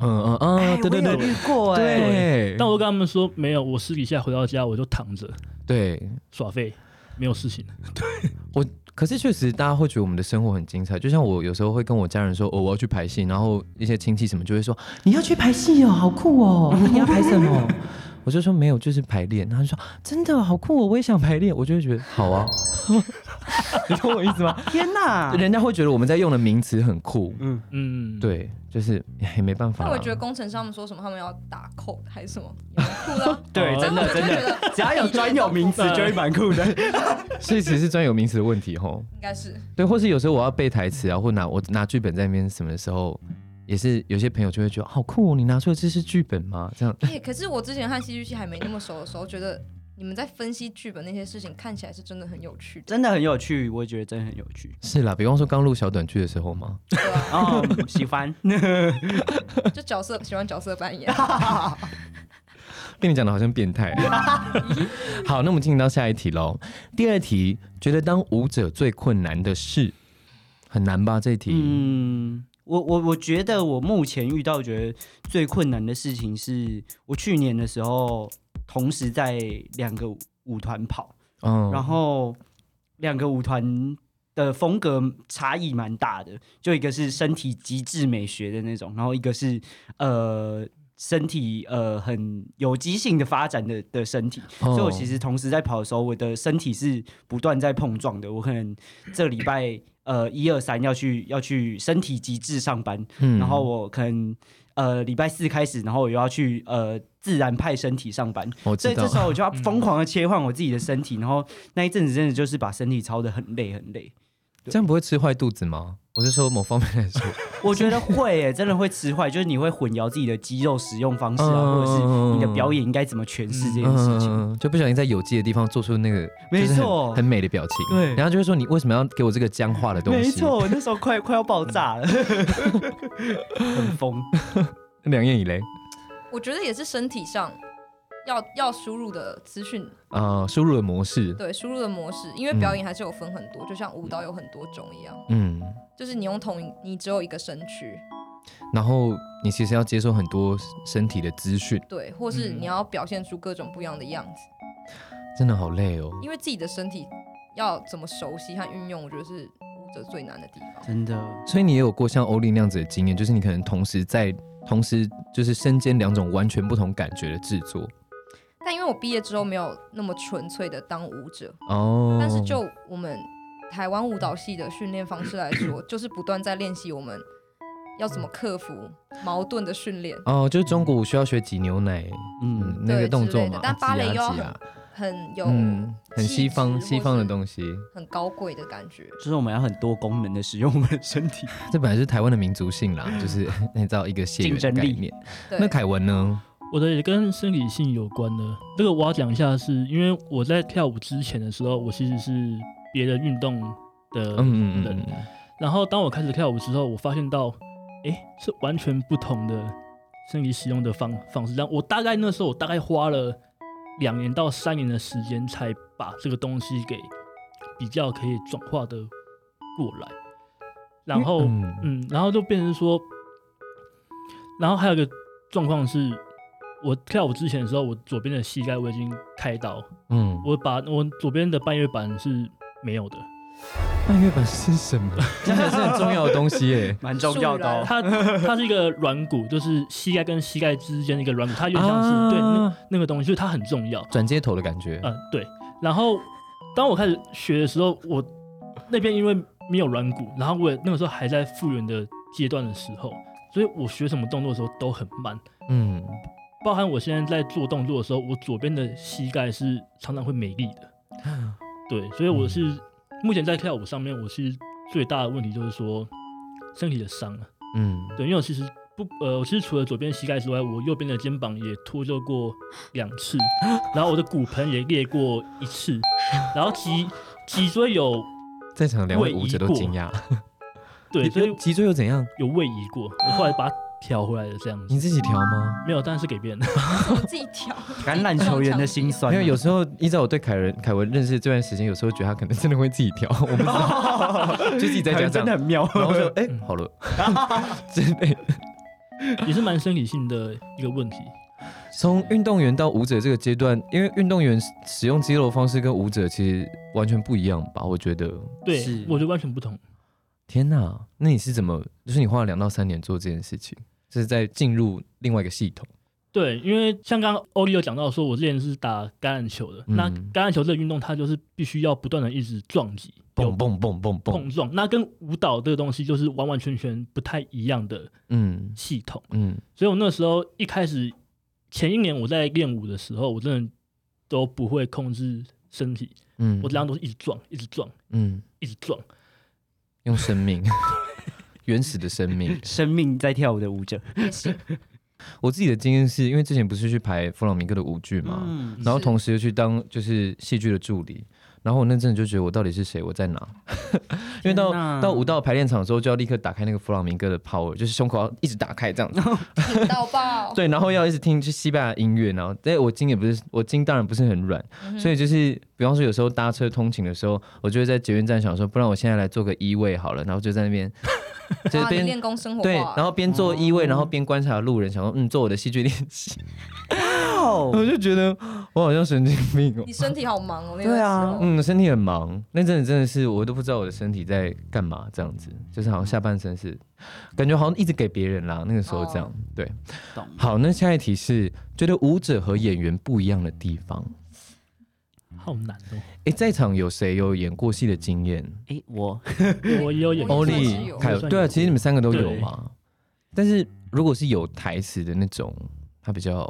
Speaker 6: 嗯嗯
Speaker 3: 哎
Speaker 6: 嗯，对对
Speaker 3: 我有
Speaker 6: 对
Speaker 3: 遇过哎、
Speaker 6: 对，
Speaker 5: 但我跟他们说没有，我私底下回到家我就躺着
Speaker 6: 对。
Speaker 5: 耍废，没有事情。
Speaker 6: 可是确实，大家会觉得我们的生活很精彩。就像我有时候会跟我家人说，哦，我要去排戏，然后一些亲戚什么就会说，你要去排戏哦，好酷哦，你要排什么？ 我就说没有，就是排练。他就说真的好酷哦，我也想排练。我就会觉得好啊， 你懂我意 思吗？
Speaker 3: 天哪！
Speaker 6: 人家会觉得我们在用的名词很酷，
Speaker 5: 嗯，，
Speaker 6: 对，就是也没办法
Speaker 3: 啊
Speaker 2: 但
Speaker 6: 啦。
Speaker 2: 我觉得工程师他们说什么，他们要打扣还是什 么，有人哭啊了，
Speaker 3: 对，哦真的真的，只要有专有名 词就会蛮酷的。
Speaker 6: 所以其实是专有名词的问题吼。
Speaker 2: 应该是
Speaker 6: 对，或是有时候我要背台词啊，或拿我拿剧本在那边什么的时候，也是有些朋友就会觉得好酷、哦，你拿出的这是剧本吗？这样
Speaker 2: 哎、可是我之前和戏剧系还没那么熟的时候，觉得你们在分析剧本那些事情，看起来是真的很有趣 的。
Speaker 3: 真的很有趣，我也觉得真的很有 趣。
Speaker 6: 是啦，比方说刚录小短剧的时候嘛，
Speaker 2: 对啊，
Speaker 3: 哦，喜欢。
Speaker 2: 就角色喜欢角色扮演，
Speaker 6: 被你讲的好像变态。啊 好，那我们进行到下一题喽。第二题，觉得当舞者最困难的事，很难吧？这一题，
Speaker 3: 嗯，我我我觉得我目前遇到觉得最困难的事情是，我去年的时候同时在两个舞舞团跑，
Speaker 6: 嗯，
Speaker 3: 然后两个舞团的风格差异蛮大的，就一个是身体极致美学的那种，然后一个是呃。身体呃很有机性的发展的的身体，
Speaker 6: 哦
Speaker 3: 所以我其实同时在跑的时候，我的身体是不断在碰撞的。我可能这礼拜呃一二三要去要去身体极致上班，
Speaker 6: 嗯
Speaker 3: 然后我可能呃礼拜四开始，然后我又要去呃自然派身体上班，
Speaker 6: 我
Speaker 3: 所
Speaker 6: 知
Speaker 3: 以这
Speaker 6: 道嗯
Speaker 3: 时，候我就要疯狂的切换我自己的身体，然后那一阵子真的就是把身体操的很累很累。
Speaker 6: 这样不会吃坏肚子吗？我是说某方面来说，
Speaker 3: 我觉得会耶、真的会吃坏，就是你会混淆自己的肌肉使用方式啊，
Speaker 6: 嗯
Speaker 3: 或者是你的表演应该怎么诠释这件事情。
Speaker 6: 嗯，就不小心在有机的地方做出那个
Speaker 3: 没
Speaker 6: 就是很
Speaker 3: 错
Speaker 6: 很美的表情，
Speaker 3: 对
Speaker 6: 然后就会说你为什么要给我这个僵化的东西？
Speaker 3: 没错，，我那时候快快要爆炸 了，很疯。
Speaker 6: 两眼以雷
Speaker 2: 我觉得也是身体上要要输入的资讯，
Speaker 6: 啊、输入的模式，
Speaker 2: 对输入的模式，因为表演还是有分很
Speaker 3: 嗯
Speaker 2: 多，就像舞蹈有很多种一样，
Speaker 6: 嗯，
Speaker 2: 就是你用同你只有一个身躯，
Speaker 6: 然后你其实要接受很多身体的资讯，
Speaker 2: 对，或是
Speaker 5: 嗯
Speaker 2: 你要表现出各种不一样的样子，
Speaker 6: 真的好累哦。
Speaker 2: 因为自己的身体要怎么熟悉和运用，我觉得是舞者最难的地方。
Speaker 3: 真的，
Speaker 6: 所以你也有过像欧丽那样子的经验，就是你可能同时在同时就是身兼两种完全不同感觉的制作
Speaker 2: 但因为我毕业之后没有那么纯粹的当舞者，
Speaker 6: 哦。
Speaker 2: 嗯但是就我们台湾舞蹈系的训练方式来 说，就是不断在练习我们要怎么克服矛盾的训练。
Speaker 6: 哦，就是中国舞需要学挤牛奶，嗯
Speaker 3: 嗯，，
Speaker 6: 那个
Speaker 2: 对
Speaker 6: 动
Speaker 2: 之
Speaker 6: 作
Speaker 2: 类的
Speaker 6: 嘛，
Speaker 2: 但芭蕾
Speaker 6: 挤
Speaker 2: 又
Speaker 6: 啊
Speaker 2: 要
Speaker 6: 挤啊，
Speaker 2: 很有
Speaker 6: 嗯，很西方
Speaker 2: 气质
Speaker 6: 西方的
Speaker 2: 或是
Speaker 6: 东西，
Speaker 2: 很高贵的感觉。
Speaker 3: 就是我们要很多功能的使用我们的身体。
Speaker 6: 这本来是台湾的民族性啦，就是 那造一个血缘的
Speaker 3: 竞争
Speaker 6: 概
Speaker 3: 力
Speaker 6: 念。
Speaker 2: 对，
Speaker 6: 那凯文呢？
Speaker 5: 嗯我的也跟生理性有关的。这个我要讲一下是，因为我在跳舞之前的时候，我其实是别的运动的，
Speaker 6: 嗯嗯
Speaker 5: 对
Speaker 6: 嗯嗯，
Speaker 5: 然后当我开始跳舞之后，我发现到，哎，是完全不同的生理使用的方方式。让我大概那时候，我大概花了两年到三年的时间，才把这个东西给比较可以转化的过来。然后，
Speaker 6: 嗯
Speaker 5: 嗯，然后就变成说，然后还有一个状况是，我跳舞之前的时候，我左边的膝盖我已经开刀，
Speaker 6: 嗯，
Speaker 5: 我把我左边的半月板是没有的，
Speaker 6: 半月板是什么？ 真的是很重要的东西耶。
Speaker 3: 蛮
Speaker 2: 重要的哦
Speaker 5: 它它是一个软骨，就是膝盖跟膝盖之间的一个软骨，它有点像是、对那
Speaker 6: 啊，
Speaker 5: 那个东西，就是它很重要。
Speaker 6: 转接头的感觉。
Speaker 5: 嗯，对。然后当我开始学的时候，我那边因为没有软骨，然后我也那个时候还在复原的阶段的时候，所以我学什么动作的时候都很慢。
Speaker 6: 嗯，
Speaker 5: 包含我现在在做动作的时候，我左边的膝盖是常常会没力的。
Speaker 6: 嗯
Speaker 5: 对，所以我是、目前在跳舞上面，我是最大的问题就是说身体的伤啊。
Speaker 6: 嗯，
Speaker 5: 对，因为我其实不呃，我其实除了左边膝盖之外，我右边的肩膀也脱臼过两次，然后我的骨盆也裂过一次，然后脊脊椎有
Speaker 6: 在场的两位舞者都
Speaker 5: 位移过
Speaker 6: 惊讶。
Speaker 5: 对，
Speaker 6: 你
Speaker 5: 所以
Speaker 6: 脊椎又怎样？
Speaker 5: 有位移过，我后来把它调回来的这样子，
Speaker 6: 你自己调吗？
Speaker 5: 没有，但是给别人。
Speaker 2: 我自己 调
Speaker 3: 橄榄球员的心酸，
Speaker 6: 因为有时候依照我对凯文凯文认识这段时间，有时候觉得他可能真的会自己调，我不知道，就 自 己在家这
Speaker 3: 真
Speaker 6: 样
Speaker 3: 的，很妙。
Speaker 6: 然后就哎、好了 之类的。
Speaker 5: 也是蛮生理性的一个问题。
Speaker 6: 从运动员到舞者这个阶段，因为运动员使用肌肉的方式跟舞者其实完全不一样吧？我觉得，
Speaker 5: 对
Speaker 3: 是，
Speaker 5: 我觉得完全不同。
Speaker 6: 天哪，那你是怎么？就是你花了两到三年做这件事情，这是在进入另外一个系统。
Speaker 5: 对，因为像刚刚欧丽有讲到说，我之前是打橄榄球的，那
Speaker 6: 嗯
Speaker 5: 橄榄球这个运动它就是必须要不断的一直撞击，有
Speaker 6: 蹦蹦蹦蹦
Speaker 5: 碰
Speaker 6: 蹦，
Speaker 5: 撞，那跟舞蹈这个东西就是完完全全不太一样的
Speaker 6: 嗯
Speaker 5: 系统。
Speaker 6: 嗯，
Speaker 5: 所以我那时候一开始前一年我在练舞的时候，我真的都不会控制身体，
Speaker 6: 嗯，
Speaker 5: 我这样都是一直撞，一直撞，
Speaker 6: 嗯，
Speaker 5: 一直撞。
Speaker 6: 用生命，原始的生命。
Speaker 3: 生命在跳舞的舞者，
Speaker 2: 也行，
Speaker 6: 我自己的经验是因为之前不是去排弗朗明哥的舞剧嘛，
Speaker 3: 嗯，
Speaker 6: 然后
Speaker 2: 是
Speaker 6: 同时又去当就是戏剧的助理，然后我那阵子就觉得我到底是谁，我在哪？ 因为到
Speaker 2: 嗯
Speaker 3: 天哪
Speaker 6: 到舞蹈排练场的时候，就要立刻打开那个弗朗明哥的 power，就是胸口要一直打开这样 子，
Speaker 2: 挺到爆。
Speaker 6: 对，然后要一直听去西班牙音乐，然后但我筋也不是我筋当然不是很软，
Speaker 2: 嗯哼
Speaker 6: 所以就是比方说有时候搭车通勤的时候，我就会在捷运站想说，不然我现在来做个一位好了，然后就在那 边就是
Speaker 2: 哇，啊你
Speaker 6: 边
Speaker 2: 练哦功生活化，
Speaker 6: 对，然后边做衣位，然后边观察路人，想说嗯，做我的戏剧练习。
Speaker 3: 哦
Speaker 6: 我就觉得我好像神经病哦
Speaker 2: 你。身体好忙哦，那
Speaker 3: 对啊
Speaker 2: 段时候
Speaker 6: 嗯，身体很忙，那阵子真的是我都不知道我的身体在干嘛，这样子，就是好像下半身是，感觉好像一直给别人啦。那个时候这样，
Speaker 2: 哦
Speaker 6: 对。
Speaker 3: 懂
Speaker 6: 好，那下一题是觉得舞者和演员不一样的地方。嗯
Speaker 5: 好难哦！
Speaker 6: 诶，在场有谁有演过戏的经验？
Speaker 3: 哎，我
Speaker 5: 我也有演
Speaker 2: 我
Speaker 6: 欧
Speaker 5: 过
Speaker 2: 也算
Speaker 6: 丽
Speaker 2: 是有、
Speaker 6: 嗯凯
Speaker 5: 我算有
Speaker 6: 对啊，
Speaker 5: 过
Speaker 6: 其实你们三个都有
Speaker 5: 对
Speaker 6: 嘛。但是如果是有台词的那种，他比较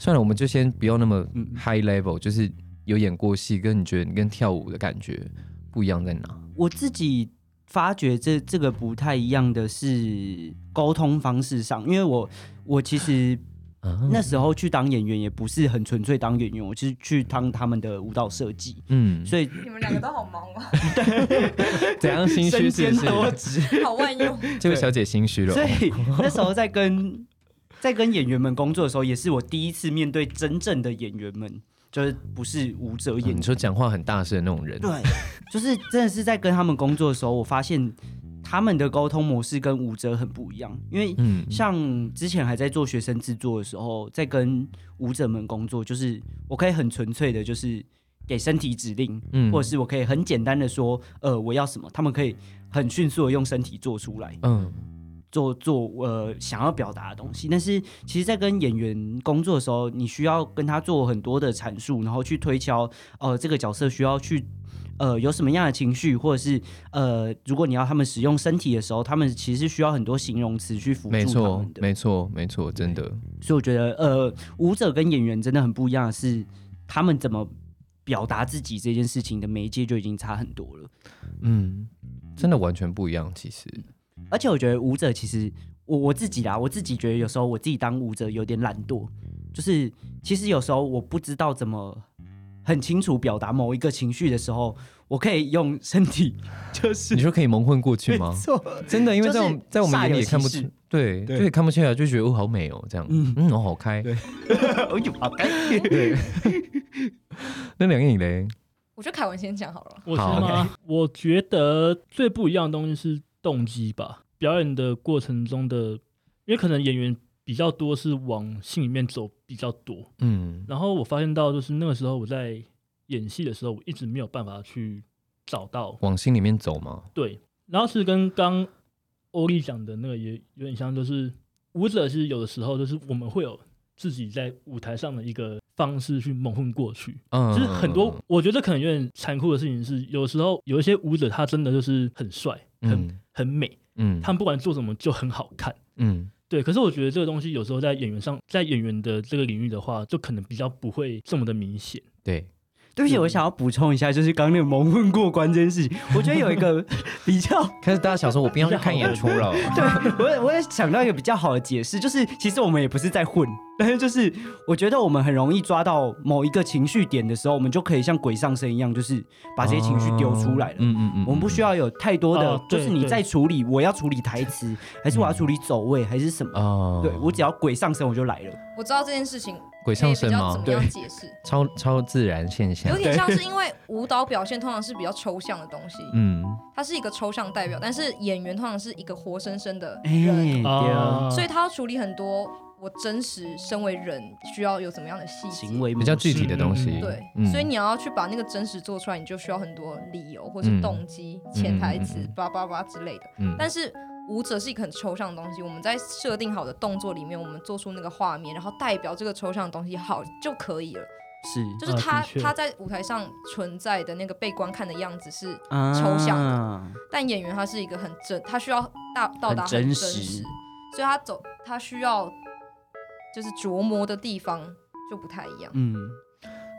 Speaker 6: 算了，我们就先不要那么
Speaker 3: 嗯
Speaker 6: high level，就是有演过戏，跟你觉得你跟跳舞的感觉不一样在哪？
Speaker 3: 我自己发觉这这个不太一样的是沟通方式上，因为我我其实
Speaker 6: 啊
Speaker 3: 那时候去当演员也不是很纯粹当演员，我是去当他们的舞蹈设计，
Speaker 6: 嗯，
Speaker 3: 所以
Speaker 2: 你们两个都好忙 哦，
Speaker 6: 怎样心虚是不
Speaker 3: 身兼多
Speaker 6: 是？
Speaker 3: 职，
Speaker 2: 好万用。
Speaker 6: 这位小姐心虚了
Speaker 3: 所，以那时候在跟在跟演员们工作的时候，也是我第一次面对真正的演员们，就是不是舞者
Speaker 6: 嗯
Speaker 3: 演
Speaker 6: 你说讲话很大声的那种人，
Speaker 3: 对，就是真的是在跟他们工作的时候，我发现他们的沟通模式跟舞者很不一样，因为
Speaker 6: 嗯，
Speaker 3: 像之前还在做学生制作的时候，在跟舞者们工作，就是我可以很纯粹的，就是给身体指令，
Speaker 6: 嗯
Speaker 3: 或者是我可以很简单的说，呃，我要什么，他们可以很迅速的用身体做出来，
Speaker 6: 嗯
Speaker 3: 做做呃想要表达的东西。但是其实，在跟演员工作的时候，你需要跟他做很多的阐述，然后去推敲，呃，这个角色需要去。呃，有什么样的情绪，或者是呃，如果你要他们使用身体的时候，他们其实需要很多形容词去辅助
Speaker 6: 没
Speaker 3: 他
Speaker 6: 错
Speaker 3: 们的。
Speaker 6: 没错没错，真的，
Speaker 3: 所以我觉得，呃，舞者跟演员真的很不一样的是，他们怎么表达自己这件事情的媒介就已经差很多了。
Speaker 6: 嗯，真的完全不一样。其实，
Speaker 3: 而且我觉得舞者其实我我自己啦，我自己觉得有时候我自己当舞者有点懒惰，就是其实有时候我不知道怎么很清楚表达某一个情绪的时候，我可以用身体， 就是
Speaker 6: 你说可以蒙混过去吗？
Speaker 3: 做
Speaker 6: 真的，因为在我们
Speaker 3: 就是
Speaker 6: 在我们眼里也看不
Speaker 3: 煞有
Speaker 6: 出
Speaker 3: 其事，
Speaker 6: 对，
Speaker 3: 对
Speaker 6: 就也看不出来，就觉得哦，好美哦，这样，
Speaker 3: 嗯
Speaker 6: 嗯，哦，好开。
Speaker 3: 对哎呦好尴尬
Speaker 6: 对，那两个你嘞？
Speaker 2: 我觉得凯文先讲好了。
Speaker 5: 我是
Speaker 6: 好
Speaker 5: 吗？我觉得最不一样的东西是动机吧。表演的过程中的，因为可能演员比较多是往心里面走比较多。
Speaker 6: 嗯
Speaker 5: 然后我发现到，就是那个时候我在演戏的时候，我一直没有办法去找到
Speaker 6: 往心里面走吗？
Speaker 5: 对。然后是跟刚欧丽讲的那个也有点像，就是舞者是有的时候就是我们会有自己在舞台上的一个方式去蒙混过去。
Speaker 6: 嗯，
Speaker 5: 就是很多，我觉得可能有点残酷的事情是，有时候有一些舞者他真的就是很帅、很、
Speaker 6: 嗯
Speaker 5: 很美，
Speaker 6: 嗯，
Speaker 5: 他们不管做什么就很好看。
Speaker 6: 嗯
Speaker 5: 对，可是我觉得这个东西有时候在演员上，在演员的这个领域的话，就可能比较不会这么的明显。
Speaker 6: 对，
Speaker 3: 对不起，我想要补充一下，就是刚刚那个蒙混过关这件事情，我觉得有一个比较，
Speaker 6: 开始大家想说，我不要去看演出了。
Speaker 3: 对我我也想到一个比较好的解释，就是其实我们也不是在混，但是就是我觉得我们很容易抓到某一个情绪点的时候，我们就可以像鬼上身一样，就是把这些情绪丢出来了。
Speaker 6: 嗯嗯嗯，
Speaker 3: 我们不需要有太多的
Speaker 5: 哦，
Speaker 3: 就
Speaker 5: 对
Speaker 3: 是你在处理，我要处理台词，还是我要处理走位，还是什么？
Speaker 6: 哦，
Speaker 3: 对我只要鬼上身我就来了。
Speaker 2: 我知道这件事情，
Speaker 6: 鬼上身
Speaker 2: 我
Speaker 6: 吗
Speaker 2: 也？不知道
Speaker 6: 对
Speaker 2: 怎么，样解释，
Speaker 6: 超超自然现象
Speaker 2: 有。点像是因为舞蹈表现通常是比较抽象的东西，
Speaker 6: 嗯，
Speaker 2: 它是一个抽象代表，但是演员通常是一个活生生的
Speaker 3: 哎，
Speaker 2: 人，
Speaker 3: 对啊，
Speaker 5: 啊
Speaker 2: 所以他要处理很多我真实身为人需要有怎么样的细节
Speaker 3: 行。为模
Speaker 6: 比
Speaker 3: 式
Speaker 6: 较具体的东西。
Speaker 2: 对，
Speaker 6: 嗯
Speaker 2: 所以你要去把那个真实做出来，你就需要很多理由或
Speaker 6: 嗯
Speaker 2: 是动机、潜台词
Speaker 6: 嗯嗯嗯、
Speaker 2: 叭叭叭之类的。
Speaker 6: 嗯
Speaker 2: 但是舞者是一个很抽象的东西，我们在设定好的动作里面，我们做出那个画面，然后代表这个抽象的东西好就可以了。
Speaker 3: 是
Speaker 2: 就是
Speaker 5: 啊
Speaker 2: 他
Speaker 5: 的确
Speaker 2: 他在舞台上存在的那个被观看的样子是，
Speaker 3: 抽
Speaker 2: 抽象
Speaker 3: 象的，
Speaker 2: 但演员他是一个很真，他需要大到达
Speaker 3: 很真
Speaker 2: 很真
Speaker 3: 实
Speaker 2: 实，所以他走他需要就是琢磨的地方就不太一样。
Speaker 3: 嗯，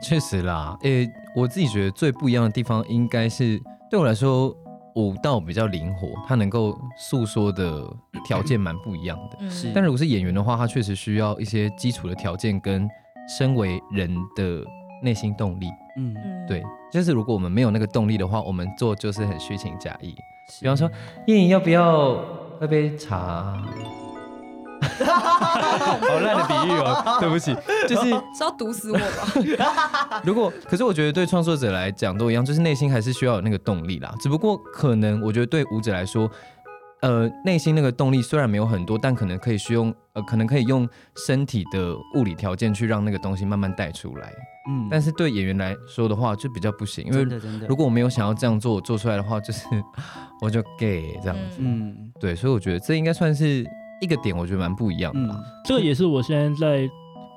Speaker 6: 确实啦，诶、我自己觉得最不一样的地方应该是对我来说，舞蹈比较灵活，它能够诉说的条件蛮不一样的。
Speaker 2: 嗯，
Speaker 3: 是
Speaker 6: 但如果是演员的话，他确实需要一些基础的条件跟身为人的内心动力。
Speaker 3: 嗯，
Speaker 2: 嗯，
Speaker 6: 对，就是如果我们没有那个动力的话，我们做就是很虚情假意。
Speaker 3: 是
Speaker 6: 比方说，燕颖要不要喝杯茶？好烂的比喻哦，对不起， 就是
Speaker 2: 是要毒死我吧？
Speaker 6: 如果， 可是我觉得对创作者来讲都一样，就是内心还是需要有那个动力啦。只不过可能我觉得对舞者来说，呃，内心那个动力虽然没有很多，但可能可以需用，呃，可能可以用身体的物理条件去让那个东西慢慢带出来。
Speaker 3: 嗯，
Speaker 6: 但是对演员来说的话就比较不行，因
Speaker 3: 真
Speaker 6: 为
Speaker 3: 的真的，
Speaker 6: 如果我没有想要这样做，我做出来的话就是 我就 gay 这样子。
Speaker 2: 嗯
Speaker 3: 嗯
Speaker 6: 对，所以我觉得这应该算是一个点，我觉得蛮不一样的
Speaker 3: 嗯
Speaker 6: 啦。
Speaker 5: 这个也是我现在在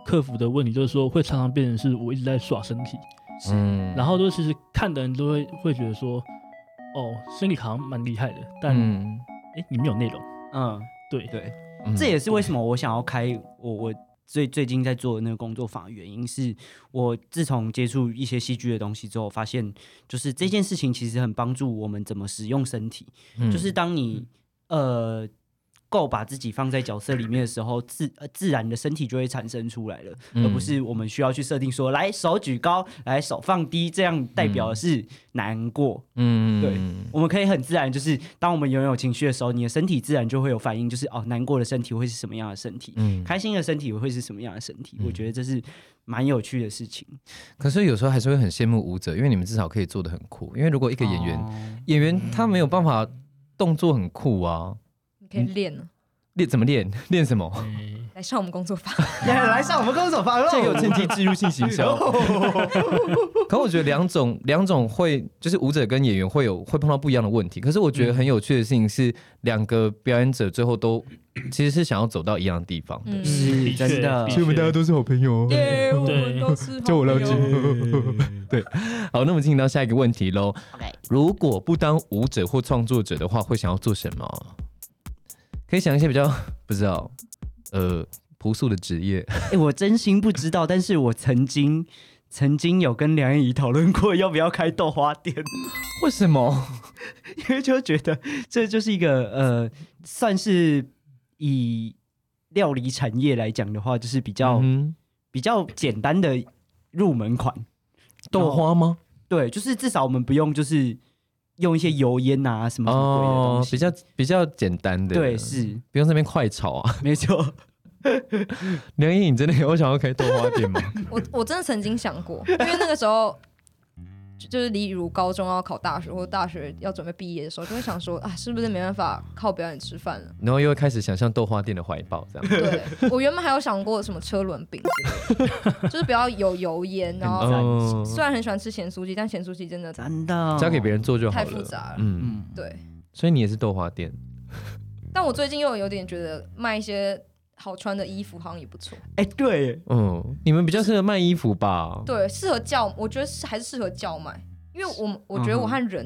Speaker 5: 克服的问题，就是说会常常变成是我一直在耍身体，
Speaker 3: 是
Speaker 6: 嗯
Speaker 5: 然后就其实看的人都会会觉得说，哦，身体好像蛮厉害的，但哎、
Speaker 6: 嗯，
Speaker 5: 诶你没有内容。
Speaker 3: 嗯，
Speaker 5: 对，
Speaker 3: 对，
Speaker 6: 嗯
Speaker 3: 这也是为什么我想要开我我最最近在做的那个工作坊的原因，是我自从接触一些戏剧的东西之后，发现就是这件事情其实很帮助我们怎么使用身体，
Speaker 6: 嗯
Speaker 3: 就是当你呃够把自己放在角色里面的时候，自、呃、自然的身体就会产生出来了，
Speaker 6: 嗯
Speaker 3: 而不是我们需要去设定说来手举高，来手放低，这样代表的是难过。
Speaker 6: 嗯
Speaker 3: 对我们可以很自然，就是当我们拥有情绪的时候，你的身体自然就会有反应，就是哦，难过的身体会是什么样的身体，
Speaker 6: 嗯
Speaker 3: 开心的身体会是什么样的身体。我觉得这是蛮有趣的事情。
Speaker 6: 可是有时候还是会很羡慕舞者，因为你们至少可以做的很酷。因为如果一个演员，
Speaker 3: 哦
Speaker 6: 演员他没有办法动作很酷啊，
Speaker 2: 你可以练呢，
Speaker 6: 练怎么练？练什么？
Speaker 3: 嗯
Speaker 2: 来上我们工作坊。
Speaker 3: 来来上我们工作坊
Speaker 6: 这
Speaker 3: 喽，
Speaker 6: 个有趁机植入性行销。
Speaker 3: 哦
Speaker 6: 可我觉得两种两种会就是舞者跟演员会有会碰到不一样的问题。可是我觉得很有趣的事情是，两个表演者最后都其实是想要走到一样的地方的。
Speaker 2: 嗯，
Speaker 3: 是真的
Speaker 5: 所以我们大家
Speaker 1: 都是好朋友
Speaker 2: 耶，我们
Speaker 5: 对
Speaker 2: 都是好
Speaker 1: 叫我了
Speaker 2: 朋友
Speaker 1: 解
Speaker 5: 嗯
Speaker 6: 好，那我们进行到下一个问题喽。如果不当舞者或创作者的话，会想要做什么？可以想一些比较 不知道，呃，朴素的职业。
Speaker 3: 哎、我真心不知道，但是我曾经曾经有跟梁艳仪讨论过要不要开豆花店，
Speaker 6: 为什么？
Speaker 3: 因为就觉得这就是一个呃，算是以料理产业来讲的话，就是比较、
Speaker 6: 嗯
Speaker 3: 比较简单的入门款。
Speaker 6: 豆花吗？
Speaker 3: 对，就是至少我们不用就是用一些油烟啊什么什么鬼的东
Speaker 6: 哦，
Speaker 3: 西。
Speaker 6: 比较比较简单的，
Speaker 3: 对，是
Speaker 6: 不用在那边快炒啊。
Speaker 3: 没错。
Speaker 6: 梁莹，你真的有想要开豆花店吗？
Speaker 2: 我我真的曾经想过，因为那个时候就就是例如高中要考大学或大学要准备毕业的时候，就会想说啊，是不是没办法靠表演吃饭了？
Speaker 6: 然后又开始想象豆花店的怀抱，这样。
Speaker 2: 对我原本还有想过什么车轮饼之类的，就是不要有油烟，然后
Speaker 6: 嗯
Speaker 2: 虽然很喜欢吃咸酥鸡，但咸酥鸡真的
Speaker 3: 真的
Speaker 6: 交给别
Speaker 3: 人。
Speaker 6: 人做就好
Speaker 2: 太
Speaker 6: 了。
Speaker 2: 复杂了。
Speaker 6: 嗯，
Speaker 5: 嗯，
Speaker 2: 对，
Speaker 6: 所以你也是豆花店，
Speaker 2: 但我最近又有点觉得卖一些好穿的衣服好像也不错，
Speaker 3: 哎、对，
Speaker 6: 嗯，你们比较适合卖衣服吧？
Speaker 2: 对，适合叫，我觉得是还是适合叫卖，因为我我觉得我和人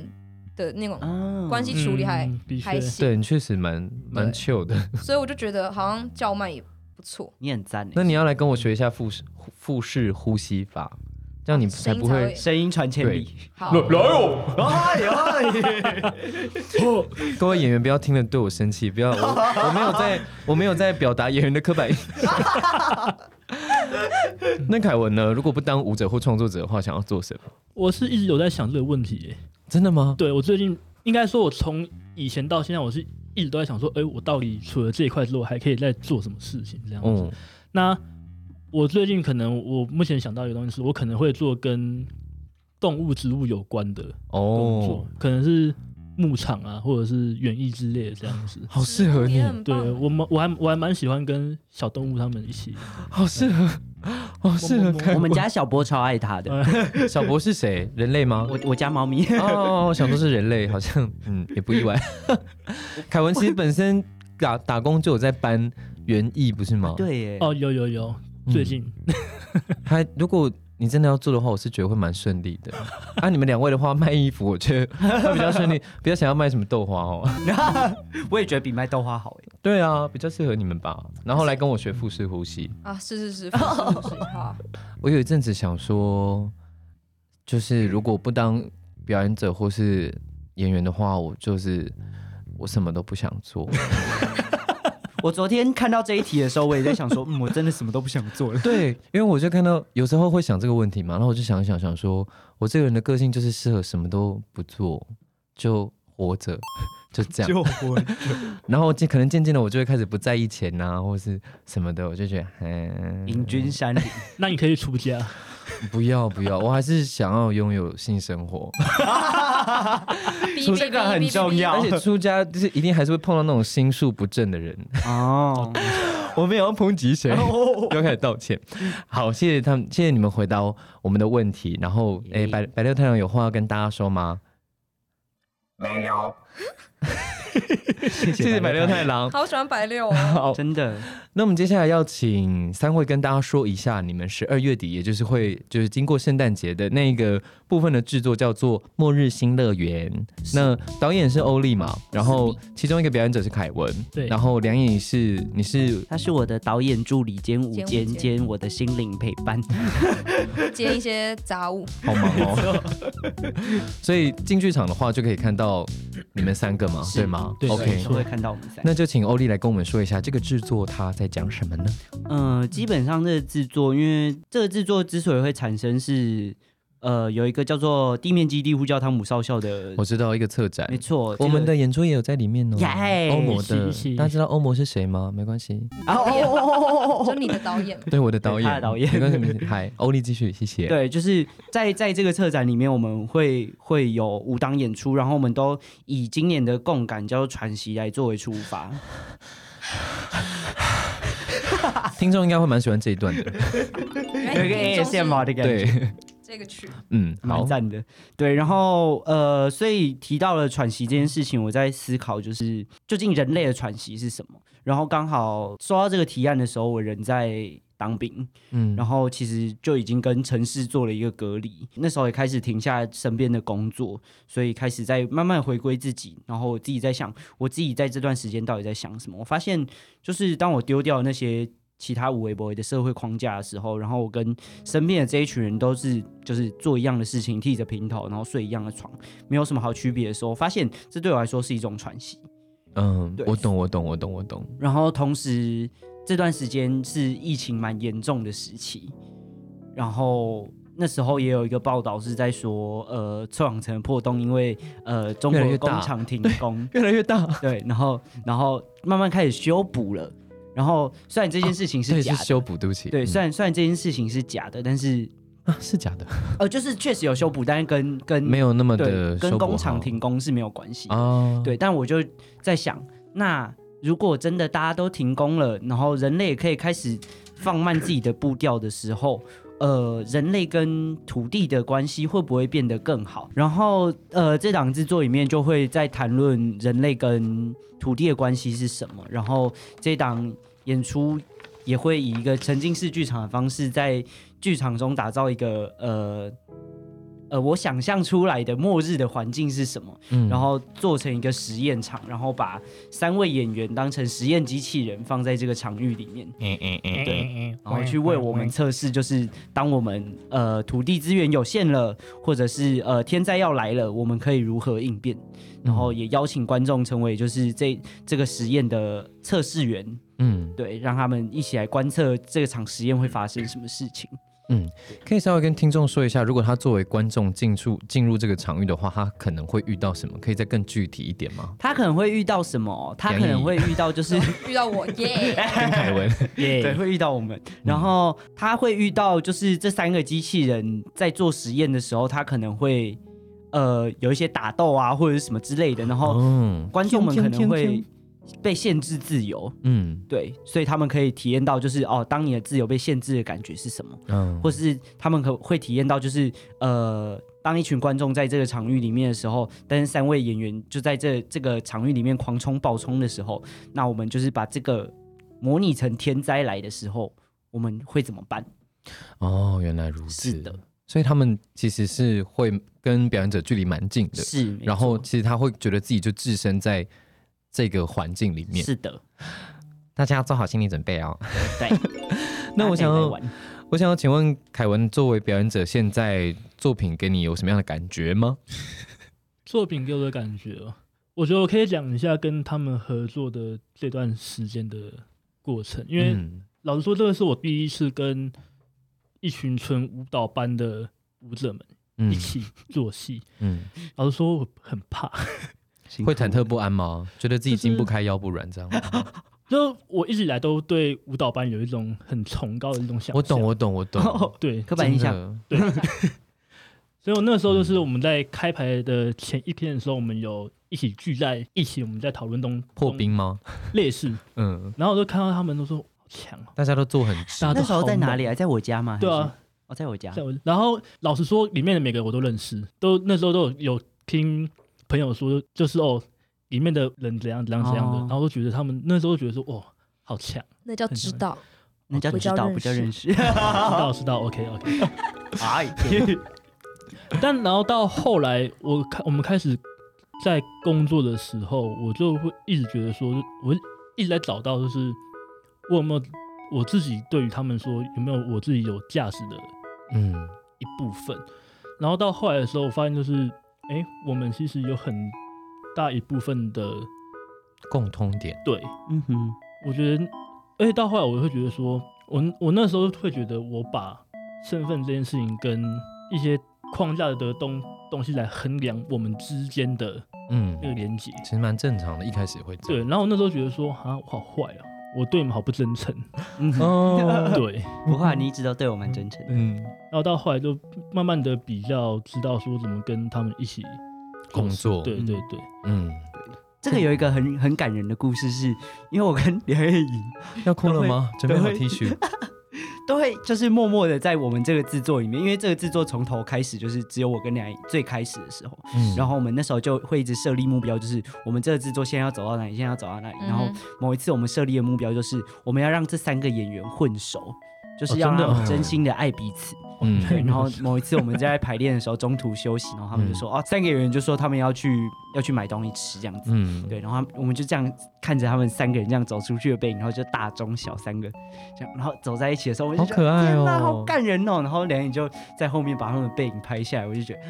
Speaker 2: 的那种
Speaker 3: 啊
Speaker 2: 关系处理还、
Speaker 5: 嗯的
Speaker 2: 还
Speaker 5: 确，
Speaker 2: 行，
Speaker 6: 对，你确实蛮蛮 chill 的。
Speaker 2: 所以我就觉得好像叫卖也不错，
Speaker 3: 你很赞欸。
Speaker 6: 那你要来跟我学一下腹式腹式呼吸法，这样你才
Speaker 2: 哦声音
Speaker 6: 不
Speaker 2: 才
Speaker 6: 会
Speaker 2: 会
Speaker 3: 声音传千里，
Speaker 2: 好。
Speaker 6: 各位演员不要听了对我生气，不要我我没有在我没有在表达演员的刻板印象。 那凯文呢？如果不当舞者或创作者的话，想要做什么？
Speaker 5: 我是一直有在想这个问题耶。
Speaker 6: 真的吗？
Speaker 5: 对我最近应该说，我从以前到现在，我是一直都在想说，哎、我到底除了这一块之后，还可以再做什么事情这样子。
Speaker 6: 嗯，
Speaker 5: 那我最近可能我目前想到一个东西是，我可能会做跟动物、植物有关的工作，
Speaker 6: 哦，
Speaker 5: 可能是牧场啊，或者是园艺之类的这样子。
Speaker 6: 好适合你
Speaker 2: 也，很棒
Speaker 5: 对我蛮我还我还蛮喜欢跟小动物他们一起，
Speaker 6: 好适合，好适合凯文。
Speaker 3: 我们家小波超爱他的。
Speaker 6: 小博是谁？人类吗？
Speaker 3: 我我家猫咪，
Speaker 6: 哦，想 说是人类，好像嗯也不意外。凯文其实本身打打工就有在搬园艺，不是吗？，
Speaker 3: 对耶，
Speaker 5: 哦，有有有，
Speaker 6: 嗯
Speaker 5: 最近、
Speaker 6: 他如果你真的要做的话，我是觉得会蛮顺利的。啊，你们两位的话，卖衣服我觉得会比较顺利， 比较想要卖什么豆花哦。
Speaker 3: 我也觉得比卖豆花好哎。
Speaker 6: 对啊，比较适合你们吧。然后来跟我学腹式呼吸。
Speaker 2: 啊，是是是，是是是，好啊，
Speaker 6: 我有一阵子想说，就是如果不当表演者或是演员的话，我就是我什么都不想做。
Speaker 3: 我昨天看到这一题的时候，我也在想说，嗯，我真的什么都不想做了。
Speaker 6: 对，因为我就看到有时候会想这个问题嘛，然后我就想一想，想说我这个人的个性就是适合什么都不做，就活着， 就这样。
Speaker 3: 就我
Speaker 6: 然后渐可能渐渐的，我就会开始不在意钱呐、或是什么的，我就觉得，嗯，
Speaker 3: 隐君山林，
Speaker 5: 那你可以出家，
Speaker 6: 不要不要，我还是想要拥有性生 活，
Speaker 2: 哔
Speaker 3: 说
Speaker 2: 哔
Speaker 3: 这个
Speaker 2: 哔
Speaker 3: 很
Speaker 2: 哔哔
Speaker 3: 重
Speaker 2: 哔
Speaker 3: 要
Speaker 6: 而且出家就是一定还是会碰到那种心术不正的 人。
Speaker 3: 哦，
Speaker 6: 我们也要抨击谁？又开始道歉。好，谢谢他们，谢谢你们回答我们的问题。然后，哎、
Speaker 3: 耶
Speaker 6: 白白六太阳有话要跟大家说吗？
Speaker 4: 没有。
Speaker 3: 谢
Speaker 6: 谢谢白六太郎。
Speaker 2: 好喜欢白六哦，
Speaker 6: 好，
Speaker 3: 真的
Speaker 6: 那我们接下来要请三位跟大家说一下，你们十二月底，也就是会就是经过圣诞节的那个部分的制作，叫做《末日新乐园》。那导演是欧丽嘛，然后其中一个表演者是凯文，
Speaker 5: 对
Speaker 6: 然后梁颖是你是
Speaker 3: 他是我的导演助理兼舞
Speaker 2: 兼
Speaker 3: 兼
Speaker 2: 舞兼
Speaker 3: 兼我的心灵陪 伴。
Speaker 2: 接一些杂物，
Speaker 6: 好忙 哦， 所以进剧场的话就可以看到你们三个嘛，对吗
Speaker 5: 对没
Speaker 6: ？OK，
Speaker 5: 错
Speaker 3: 都会看到我们三个。
Speaker 6: 那就请欧丽来跟我们说一下这个制作它在讲什么呢？
Speaker 3: 嗯，基本上这个制作，因为这个制作之所以会产生是，呃，有一个叫做地面基地呼叫汤姆少校的，
Speaker 6: 我知道一个策展
Speaker 3: 没，错，
Speaker 6: 我们的演出也有在里面哦。
Speaker 3: 耶
Speaker 6: 欧魔的
Speaker 5: 一起一起，
Speaker 6: 大家知道欧魔是谁吗？没关系，
Speaker 3: 这个啊哦哦哦哦 哦哦
Speaker 2: 就你的 导演，
Speaker 6: 对我的导
Speaker 3: 对
Speaker 6: 演，
Speaker 3: 他的导演
Speaker 6: 没关系，没关系。嗨，欧丽继续，谢谢。，
Speaker 3: 对，就是在在这个策展里面，我们会会有五档演出，然后我们都以今年的共感叫做喘息来作为出发。
Speaker 6: 听众应该会蛮喜欢这一段 的。
Speaker 3: 有一个
Speaker 2: 哎
Speaker 3: ASMR 的感觉，
Speaker 6: 对，
Speaker 2: 这个曲，
Speaker 6: 嗯，
Speaker 3: 蛮
Speaker 6: 好，
Speaker 3: 赞的。对，然后呃，所以提到了喘息这件事情，我在思考就是究竟人类的喘息是什么。然后刚好说到这个提案的时候，我人在当兵，
Speaker 6: 嗯
Speaker 3: 然后其实就已经跟城市做了一个隔离，那时候也开始停下身边的工作，所以开始在慢慢回归自己。然后我自己在想，我自己在这段时间到底在想什么？我发现，就是当我丢掉那些其他无微不为的社会框架的时候，然后我跟身边的这一群人都是就是做一样的事情，剃着平头，然后睡一样的床，没有什么好区别的时候，我发现这对我来说是一种喘息。
Speaker 6: 嗯，
Speaker 3: 对
Speaker 6: 我懂，我懂，我懂，我懂。
Speaker 3: 然后同时这段时间是疫情蛮严重的时期，然后那时候也有一个报道是在说，呃，臭氧层的破洞因为呃中
Speaker 6: 越来
Speaker 3: 国
Speaker 6: 越
Speaker 3: 的工
Speaker 6: 大
Speaker 3: 厂停工，
Speaker 1: 越来越大，
Speaker 3: 对，然后然后慢慢开始修补了，然后虽然这件事情
Speaker 6: 哦对，
Speaker 3: 是假
Speaker 6: 是
Speaker 3: 的，
Speaker 6: 修补，对不起。
Speaker 3: 对，
Speaker 6: 嗯
Speaker 3: 虽然虽然这件事情是假的，但是
Speaker 6: 啊是假的，
Speaker 3: 呃，就是确实有修补，但是跟跟
Speaker 6: 没有那么
Speaker 3: 嗯对
Speaker 6: 的
Speaker 3: 跟
Speaker 6: 修补
Speaker 3: 工厂
Speaker 6: 好
Speaker 3: 停工是没有关系的
Speaker 6: 哦，
Speaker 3: 对，但我就在想，那如果真的大家都停工了，然后人类也可以开始放慢自己的步调的时候，呃，人类跟土地的关系会不会变得更好？然后，呃，这档制作里面就会在谈论人类跟土地的关系是什么。然后这档演出也会以一个沉浸式剧场的方式，在剧场中打造一个呃。呃，我想象出来的末日的环境是什么？
Speaker 6: 嗯，
Speaker 3: 然后做成一个实验场，然后把三位演员当成实验机器人放在这个场域里面，
Speaker 6: 嗯嗯嗯，对，
Speaker 4: 对，
Speaker 3: 然后去为哎我们测试，就是当我们呃土地资源有限了，或者是呃天灾要来了，我们可以如何应变？然后也邀请观众成为就是这这个实验的测试员，
Speaker 6: 嗯
Speaker 3: 对，让他们一起来观测这场实验会发生什么事情。？
Speaker 6: 嗯，可以稍微跟听众说一下，如果他作为观众进入进入这个场域的话，他可能会遇到什么？可以再更具体一点吗
Speaker 3: 他可能会遇到什么？他可
Speaker 6: 建
Speaker 3: 能
Speaker 6: 议
Speaker 3: 会遇 到就是。
Speaker 2: 遇到我 耶
Speaker 3: 哦
Speaker 6: 跟凯文，
Speaker 3: 对，会遇到我们。然后他会遇到，就是这三个机器人在做实验的时候，他可能会呃有一些打斗啊，或者是什么之类的。然后
Speaker 6: 嗯
Speaker 3: 观众们可能
Speaker 1: 哦天天
Speaker 3: 会
Speaker 1: 天
Speaker 3: 被限制自由，
Speaker 6: 嗯
Speaker 3: 对，所以他们可以体验到，就是哦，当你的自由被限制的感觉是什么，
Speaker 6: 嗯，
Speaker 3: 或是他们可会体验到，就是呃。当一群观众在这个场域里面的时候，但是三位演员就在这这个场域里面狂冲爆冲的时候，那我们就是把这个模拟成天灾来的时候，我们会怎么办？
Speaker 6: 哦，原来如此
Speaker 3: 是的，
Speaker 6: 所以他们其实是会跟表演者距离蛮近的，
Speaker 3: 是，没
Speaker 6: 然后
Speaker 3: 错
Speaker 6: 其实他会觉得自己就置身在这个环境里面。
Speaker 3: 是的，
Speaker 6: 大家要做好心理准备 哦。
Speaker 3: 对。
Speaker 6: 那我
Speaker 3: 大家
Speaker 6: 想
Speaker 3: 可以来
Speaker 6: 要
Speaker 3: 玩
Speaker 6: 我想要请问凯文，作为表演者，现在作品给你有什么样的感觉吗？
Speaker 5: 作品给我的感觉哦，我觉得我可以讲一下跟他们合作的这段时间的过程，因为
Speaker 6: 嗯
Speaker 5: 老实说，这个是我第一次跟一群纯舞蹈班的舞者们一
Speaker 6: 嗯
Speaker 5: 起做戏。
Speaker 6: 嗯，
Speaker 5: 老实说，我很怕，
Speaker 6: 会忐忑不安吗？觉得自己筋不开、腰不软这样 吗？
Speaker 5: 就我一直以来都对舞蹈班有一种很崇高的一种想象。
Speaker 6: 我懂，我懂，我懂。
Speaker 5: 对，
Speaker 3: 刻板印象，
Speaker 6: 真的
Speaker 5: 所以我那时候就是我们在开牌的前一天的时候，我们有一起聚在一起，我们在讨论东
Speaker 6: 破冰吗？
Speaker 5: 类似，
Speaker 6: 嗯，
Speaker 5: 然后我就看到他们都说好强哦，
Speaker 6: 大家都做很直
Speaker 5: 大。家
Speaker 3: 那
Speaker 5: 都
Speaker 3: 时候
Speaker 5: 好
Speaker 3: 在哪
Speaker 5: 猛
Speaker 3: 里？啊？在我家吗？
Speaker 5: 对
Speaker 3: 还是
Speaker 5: 啊，，
Speaker 3: 哦，在我家
Speaker 5: 在。我然后老实说，里面的每个我都认识，都那时候都有有听朋友说，就是哦，里面的人怎样怎样怎样的，
Speaker 3: 哦
Speaker 5: 然后都觉得他们那时候觉得说哦，好强，
Speaker 2: 那叫知道，
Speaker 3: 那叫
Speaker 2: 不
Speaker 3: 知
Speaker 2: 叫
Speaker 3: 道，
Speaker 2: 认
Speaker 3: 不叫
Speaker 2: 识
Speaker 3: 认识。
Speaker 5: 知道知道，OK OK。
Speaker 3: 哎，
Speaker 5: 但然后到后来，我开我们开始在工作的时候，我就会一直觉得说，我一直在找到就是我有没有我自己对于他们说有没有我自己有价值的
Speaker 6: 嗯
Speaker 5: 一部分。然后到后来的时候，我发现就是，哎，我们其实有很大一部分的
Speaker 6: 共通点。
Speaker 5: 对，
Speaker 3: 嗯哼，
Speaker 5: 我觉得，而且到后来我会觉得说，我我那时候会觉得我把身份这件事情跟一些框架的东东西来衡量我们之间的
Speaker 6: 嗯
Speaker 5: 那，个连接。
Speaker 6: 其实蛮正常的，一开始会这
Speaker 5: 对，
Speaker 6: 样。
Speaker 5: 然后我那时候觉得说，啊，我好坏啊，我对你们好不真诚。
Speaker 3: 嗯哼，
Speaker 6: 哦，
Speaker 5: 对，
Speaker 3: 不怕你一直都对我蛮真诚的。
Speaker 6: 嗯，
Speaker 5: 然后到后来就慢慢的比较知道说怎么跟他们一起
Speaker 6: 工作
Speaker 5: 对对对，
Speaker 6: 嗯，
Speaker 3: 这个有一个很很感人的故事是，因为我跟梁艳颖
Speaker 6: 要哭了吗？准备好 T 恤。
Speaker 3: 都会就是默默的在我们这个制作里面，因为这个制作从头开始就是只有我跟梁艳颖最开始的时候，
Speaker 6: 嗯
Speaker 3: 然后我们那时候就会一直设立目标，就是我们这个制作现在要走到哪里，现在要走到哪里。
Speaker 2: 嗯哼
Speaker 3: 然后某一次我们设立的目标就是我们要让这三个演员混熟，就是要
Speaker 5: 哦真的
Speaker 3: 让他
Speaker 5: 哦
Speaker 3: 们真心的爱彼此。
Speaker 6: 嗯
Speaker 3: 对，然后某一次我们在排练的时候中途休息，然后他们就说、哦，三个演员就说他们要去要去买东西吃这样子。
Speaker 6: 嗯，
Speaker 3: 对，然后他们我们就这样看着他们三个人这样走出去的背影，然后就大中小三个这样，然后走在一起的时候，我就
Speaker 6: 好
Speaker 3: 觉得
Speaker 6: 可爱
Speaker 3: 天
Speaker 6: 哦
Speaker 3: 哪，好感人哦！然后梁颖就在后面把他们的背影拍下来，我就觉得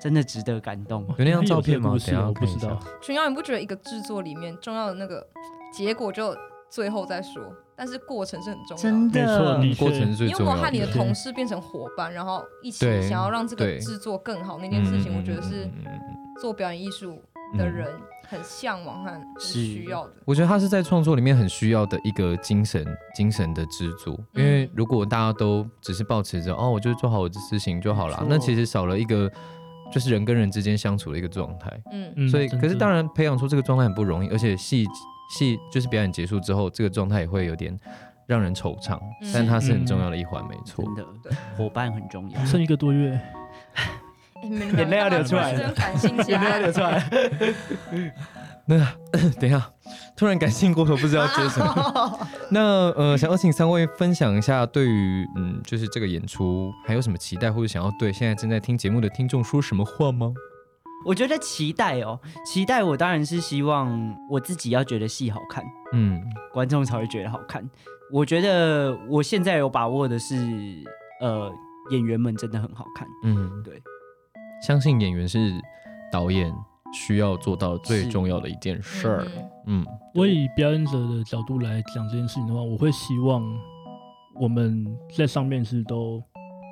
Speaker 3: 真的值得感动。
Speaker 6: 有那张照片吗？
Speaker 5: 不
Speaker 6: 等一
Speaker 5: 是，
Speaker 6: 下
Speaker 5: 啊我
Speaker 6: 我
Speaker 5: 不
Speaker 6: 看
Speaker 5: 知
Speaker 6: 一下
Speaker 5: 道。。
Speaker 2: 群瑶，你不觉得一个制作里面重要的那个结果就最后再说，但是过程是很重要的。
Speaker 5: 没错，的
Speaker 6: 过程
Speaker 5: 确
Speaker 6: 是最
Speaker 2: 因为
Speaker 6: 重
Speaker 2: 我
Speaker 6: 要
Speaker 2: 和
Speaker 6: 的
Speaker 2: 你的同事变成伙伴，然后一起
Speaker 6: 对
Speaker 2: 想要让这
Speaker 6: 对
Speaker 2: 个制作更好那件事情，我觉得是
Speaker 6: 嗯嗯嗯嗯嗯
Speaker 2: 做表演艺术
Speaker 6: 嗯
Speaker 2: 的人很向往和很
Speaker 3: 是
Speaker 2: 需要的。
Speaker 6: 我觉得他是在创作里面很需要的一个精神精神的支柱，因为如果大家都只是保持着哦，我就做好我的事情就好了
Speaker 3: 没，错
Speaker 6: 那其实少了一个就是人跟人之间相处的一个状态。
Speaker 2: 嗯，
Speaker 5: 嗯
Speaker 6: 所以，
Speaker 5: 真
Speaker 6: 可是
Speaker 5: 的
Speaker 6: 当然培养出这个状态很不容易，而且戏戏就是表演结束之后，这个状态也会有点让人惆怅，
Speaker 2: 嗯
Speaker 6: 但它是很重要的一环，没错。
Speaker 3: 真的
Speaker 2: 对，
Speaker 3: 伙伴很重 要。
Speaker 5: 剩一个多月，
Speaker 2: 诶 你们两个
Speaker 3: 眼泪要流出来了
Speaker 2: 真感性起
Speaker 3: 没有
Speaker 2: 来。
Speaker 3: 流出来？
Speaker 6: 等一下，突然感性过头，不知道接什 么。那呃，想要请三位分享一下对于嗯，就是这个演出还有什么期待，或者想要对现在正在听节目的听众说什么话吗？
Speaker 3: 我觉得期待哦，期待我当然是希望我自己要觉得戏好看，
Speaker 6: 嗯
Speaker 3: 观众才会觉得好看。我觉得我现在有把握的是，呃，演员们真的很好看。
Speaker 6: 嗯，
Speaker 3: 对，
Speaker 6: 相信演员是导演需要做到最
Speaker 3: 是
Speaker 6: 重要的一件事儿。
Speaker 2: 嗯
Speaker 6: 嗯
Speaker 5: 我以表演者的角度来讲这件事情的话，我会希望我们在上面是都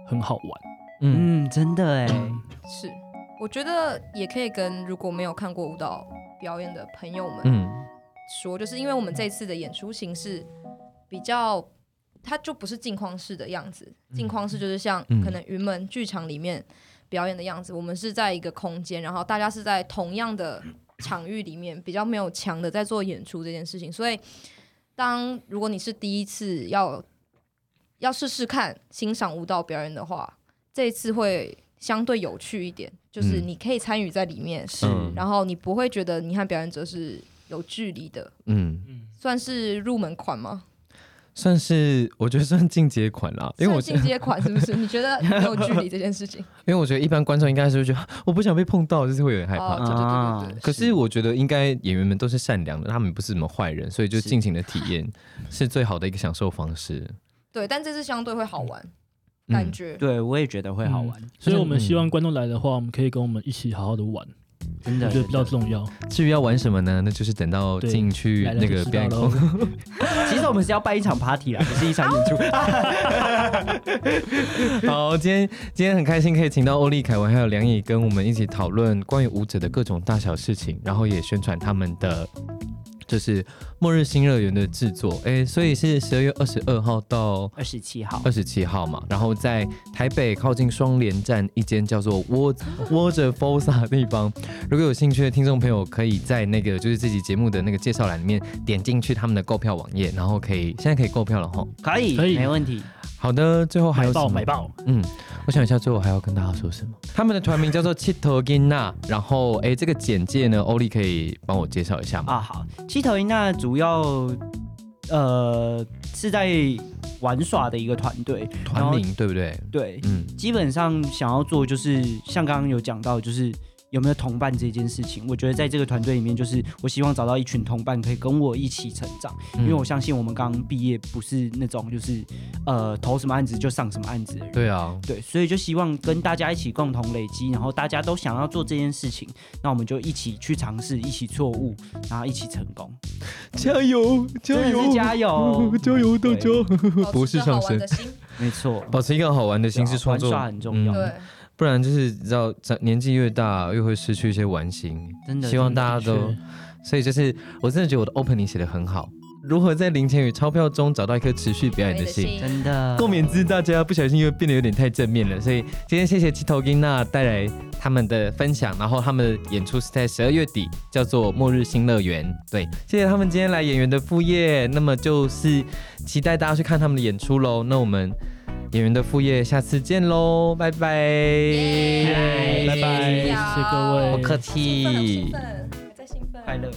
Speaker 5: 很好玩。
Speaker 6: 嗯
Speaker 3: 嗯，真的哎，
Speaker 2: 是，我觉得也可以跟如果没有看过舞蹈表演的朋友们
Speaker 6: 嗯
Speaker 2: 说，就是因为我们这次的演出形式比较，它就不是镜框式的样子，镜框式就是像
Speaker 6: 嗯
Speaker 2: 可能云门剧场里面表演的样子，我们是在一个空间，然后大家是在同样的场域里面，比较没有墙的在做演出这件事情，所以当如果你是第一次要要试试看欣赏舞蹈表演的话，这一次会相对有趣一点，就是
Speaker 6: 嗯
Speaker 2: 你可以参与在里面，
Speaker 3: 是
Speaker 6: 嗯
Speaker 2: 然后你不会觉得你和表演者是有距离的，
Speaker 6: 嗯，
Speaker 2: 算是入门款吗？
Speaker 6: 算是我觉得算进阶款啦，因为我
Speaker 2: 算进阶款是不是？你 觉得没有距离这件事情？
Speaker 6: 因为我觉得一般观众应该是会觉得啊我不想被碰到，就是会有点害怕
Speaker 2: 哦，
Speaker 6: 这
Speaker 2: 对
Speaker 6: 样。
Speaker 3: 啊
Speaker 2: 对对对对，
Speaker 6: 可是我觉得应该演员们都是善良的，他们不是什么坏人，所以就是尽情的体验是最好的一个享受方式。
Speaker 2: 对，但这次相对会好玩，
Speaker 6: 嗯
Speaker 2: 感觉。
Speaker 3: 对我也觉得会好玩，
Speaker 5: 所以我们希望观众来的话，我们可以跟我们一起好好的玩，
Speaker 3: 真
Speaker 5: 我
Speaker 3: 的
Speaker 5: 觉得比较
Speaker 3: 真的
Speaker 5: 重要。
Speaker 6: 至于要玩什么呢？那就是等到
Speaker 5: 对
Speaker 6: 进去
Speaker 5: 来了
Speaker 6: 那
Speaker 5: 就
Speaker 6: 个
Speaker 5: 知
Speaker 6: 表
Speaker 5: 道
Speaker 6: 演
Speaker 5: 喽
Speaker 6: 空。
Speaker 3: 其实我们是要办一场 party 啊，不是一场演出。
Speaker 6: 好，今天今天很开心可以请到欧丽、凯文还有梁颖跟我们一起讨论关于舞者的各种大小事情，然后也宣传他们的就是《末日新乐园》的制作。哎，所以是十二月二十二号到
Speaker 3: 二十七号
Speaker 6: 二，十七号嘛，然后在台北靠近双连站一间叫做窝 窝着 Fosa 的地方。如果有兴趣的听众朋友，可以在那个就是这期节目的那个介绍栏里面点进去他们的购票网页，然后可以现在可以购票了哈。
Speaker 3: 可以，
Speaker 5: 可以
Speaker 3: 没问题。
Speaker 6: 好的，最后 还有
Speaker 5: 买
Speaker 6: 什
Speaker 5: 爆
Speaker 6: 么？
Speaker 5: 买爆！
Speaker 6: 嗯，我想一下，最后还要跟大家说什么？他们的团名叫做七头金娜，然后哎，这个简介呢，欧丽可以帮我介绍一下吗？
Speaker 3: 啊，好，七头鹰那主要呃是在玩耍的一个团队，然
Speaker 6: 团
Speaker 3: 后
Speaker 6: 名对不对？
Speaker 3: 对，
Speaker 6: 嗯
Speaker 3: 基本上想要做就是像刚刚有讲到，就是有没有同伴这件事情，我觉得在这个团队里面，就是我希望找到一群同伴可以跟我一起成长，
Speaker 6: 嗯
Speaker 3: 因为我相信我们刚毕业不是那种就是呃投什么案子就上什么案子的人。
Speaker 6: 对啊，
Speaker 3: 对，所以就希望跟大家一起共同累积，然后大家都想要做这件事情，那我们就一起去尝试，一起错误，然后一起成功。
Speaker 6: 加油加，
Speaker 3: 真的是加油
Speaker 6: 加油大家！
Speaker 2: 保
Speaker 6: 不
Speaker 2: 持
Speaker 6: 是
Speaker 2: 着
Speaker 6: 上
Speaker 2: 好玩
Speaker 6: 身
Speaker 2: 的心，
Speaker 3: 没错，
Speaker 6: 保持一个好玩的心
Speaker 3: 对
Speaker 6: 是
Speaker 3: 啊
Speaker 6: 创作
Speaker 3: 玩耍很重要
Speaker 6: 嗯
Speaker 2: 对，
Speaker 6: 不然就是你知道，长年纪越大越会失去一些玩心。
Speaker 3: 真的
Speaker 6: 希望大家都
Speaker 5: 是，
Speaker 6: 所以就是我真的觉得我的 opening 写的很好，如何在零钱与钞票中找到一颗持续表演的心。
Speaker 3: 真
Speaker 5: 啊
Speaker 3: 的
Speaker 6: 共勉之，大家不小心又变得有点太正面了，所以今天谢谢七头金娜带来他们的分享，然后他们的演出是在十二月底，叫做《末日新乐园》。对，谢谢他们今天来演员的副业，那么就是期待大家去看他们的演出喽。那我们演员的副业下次见喽，拜拜，
Speaker 2: 耶
Speaker 5: 拜拜，谢谢各位，
Speaker 6: 不客
Speaker 2: 兴奋，很
Speaker 6: 气。
Speaker 2: 兴奋，还在兴奋。
Speaker 3: 快乐。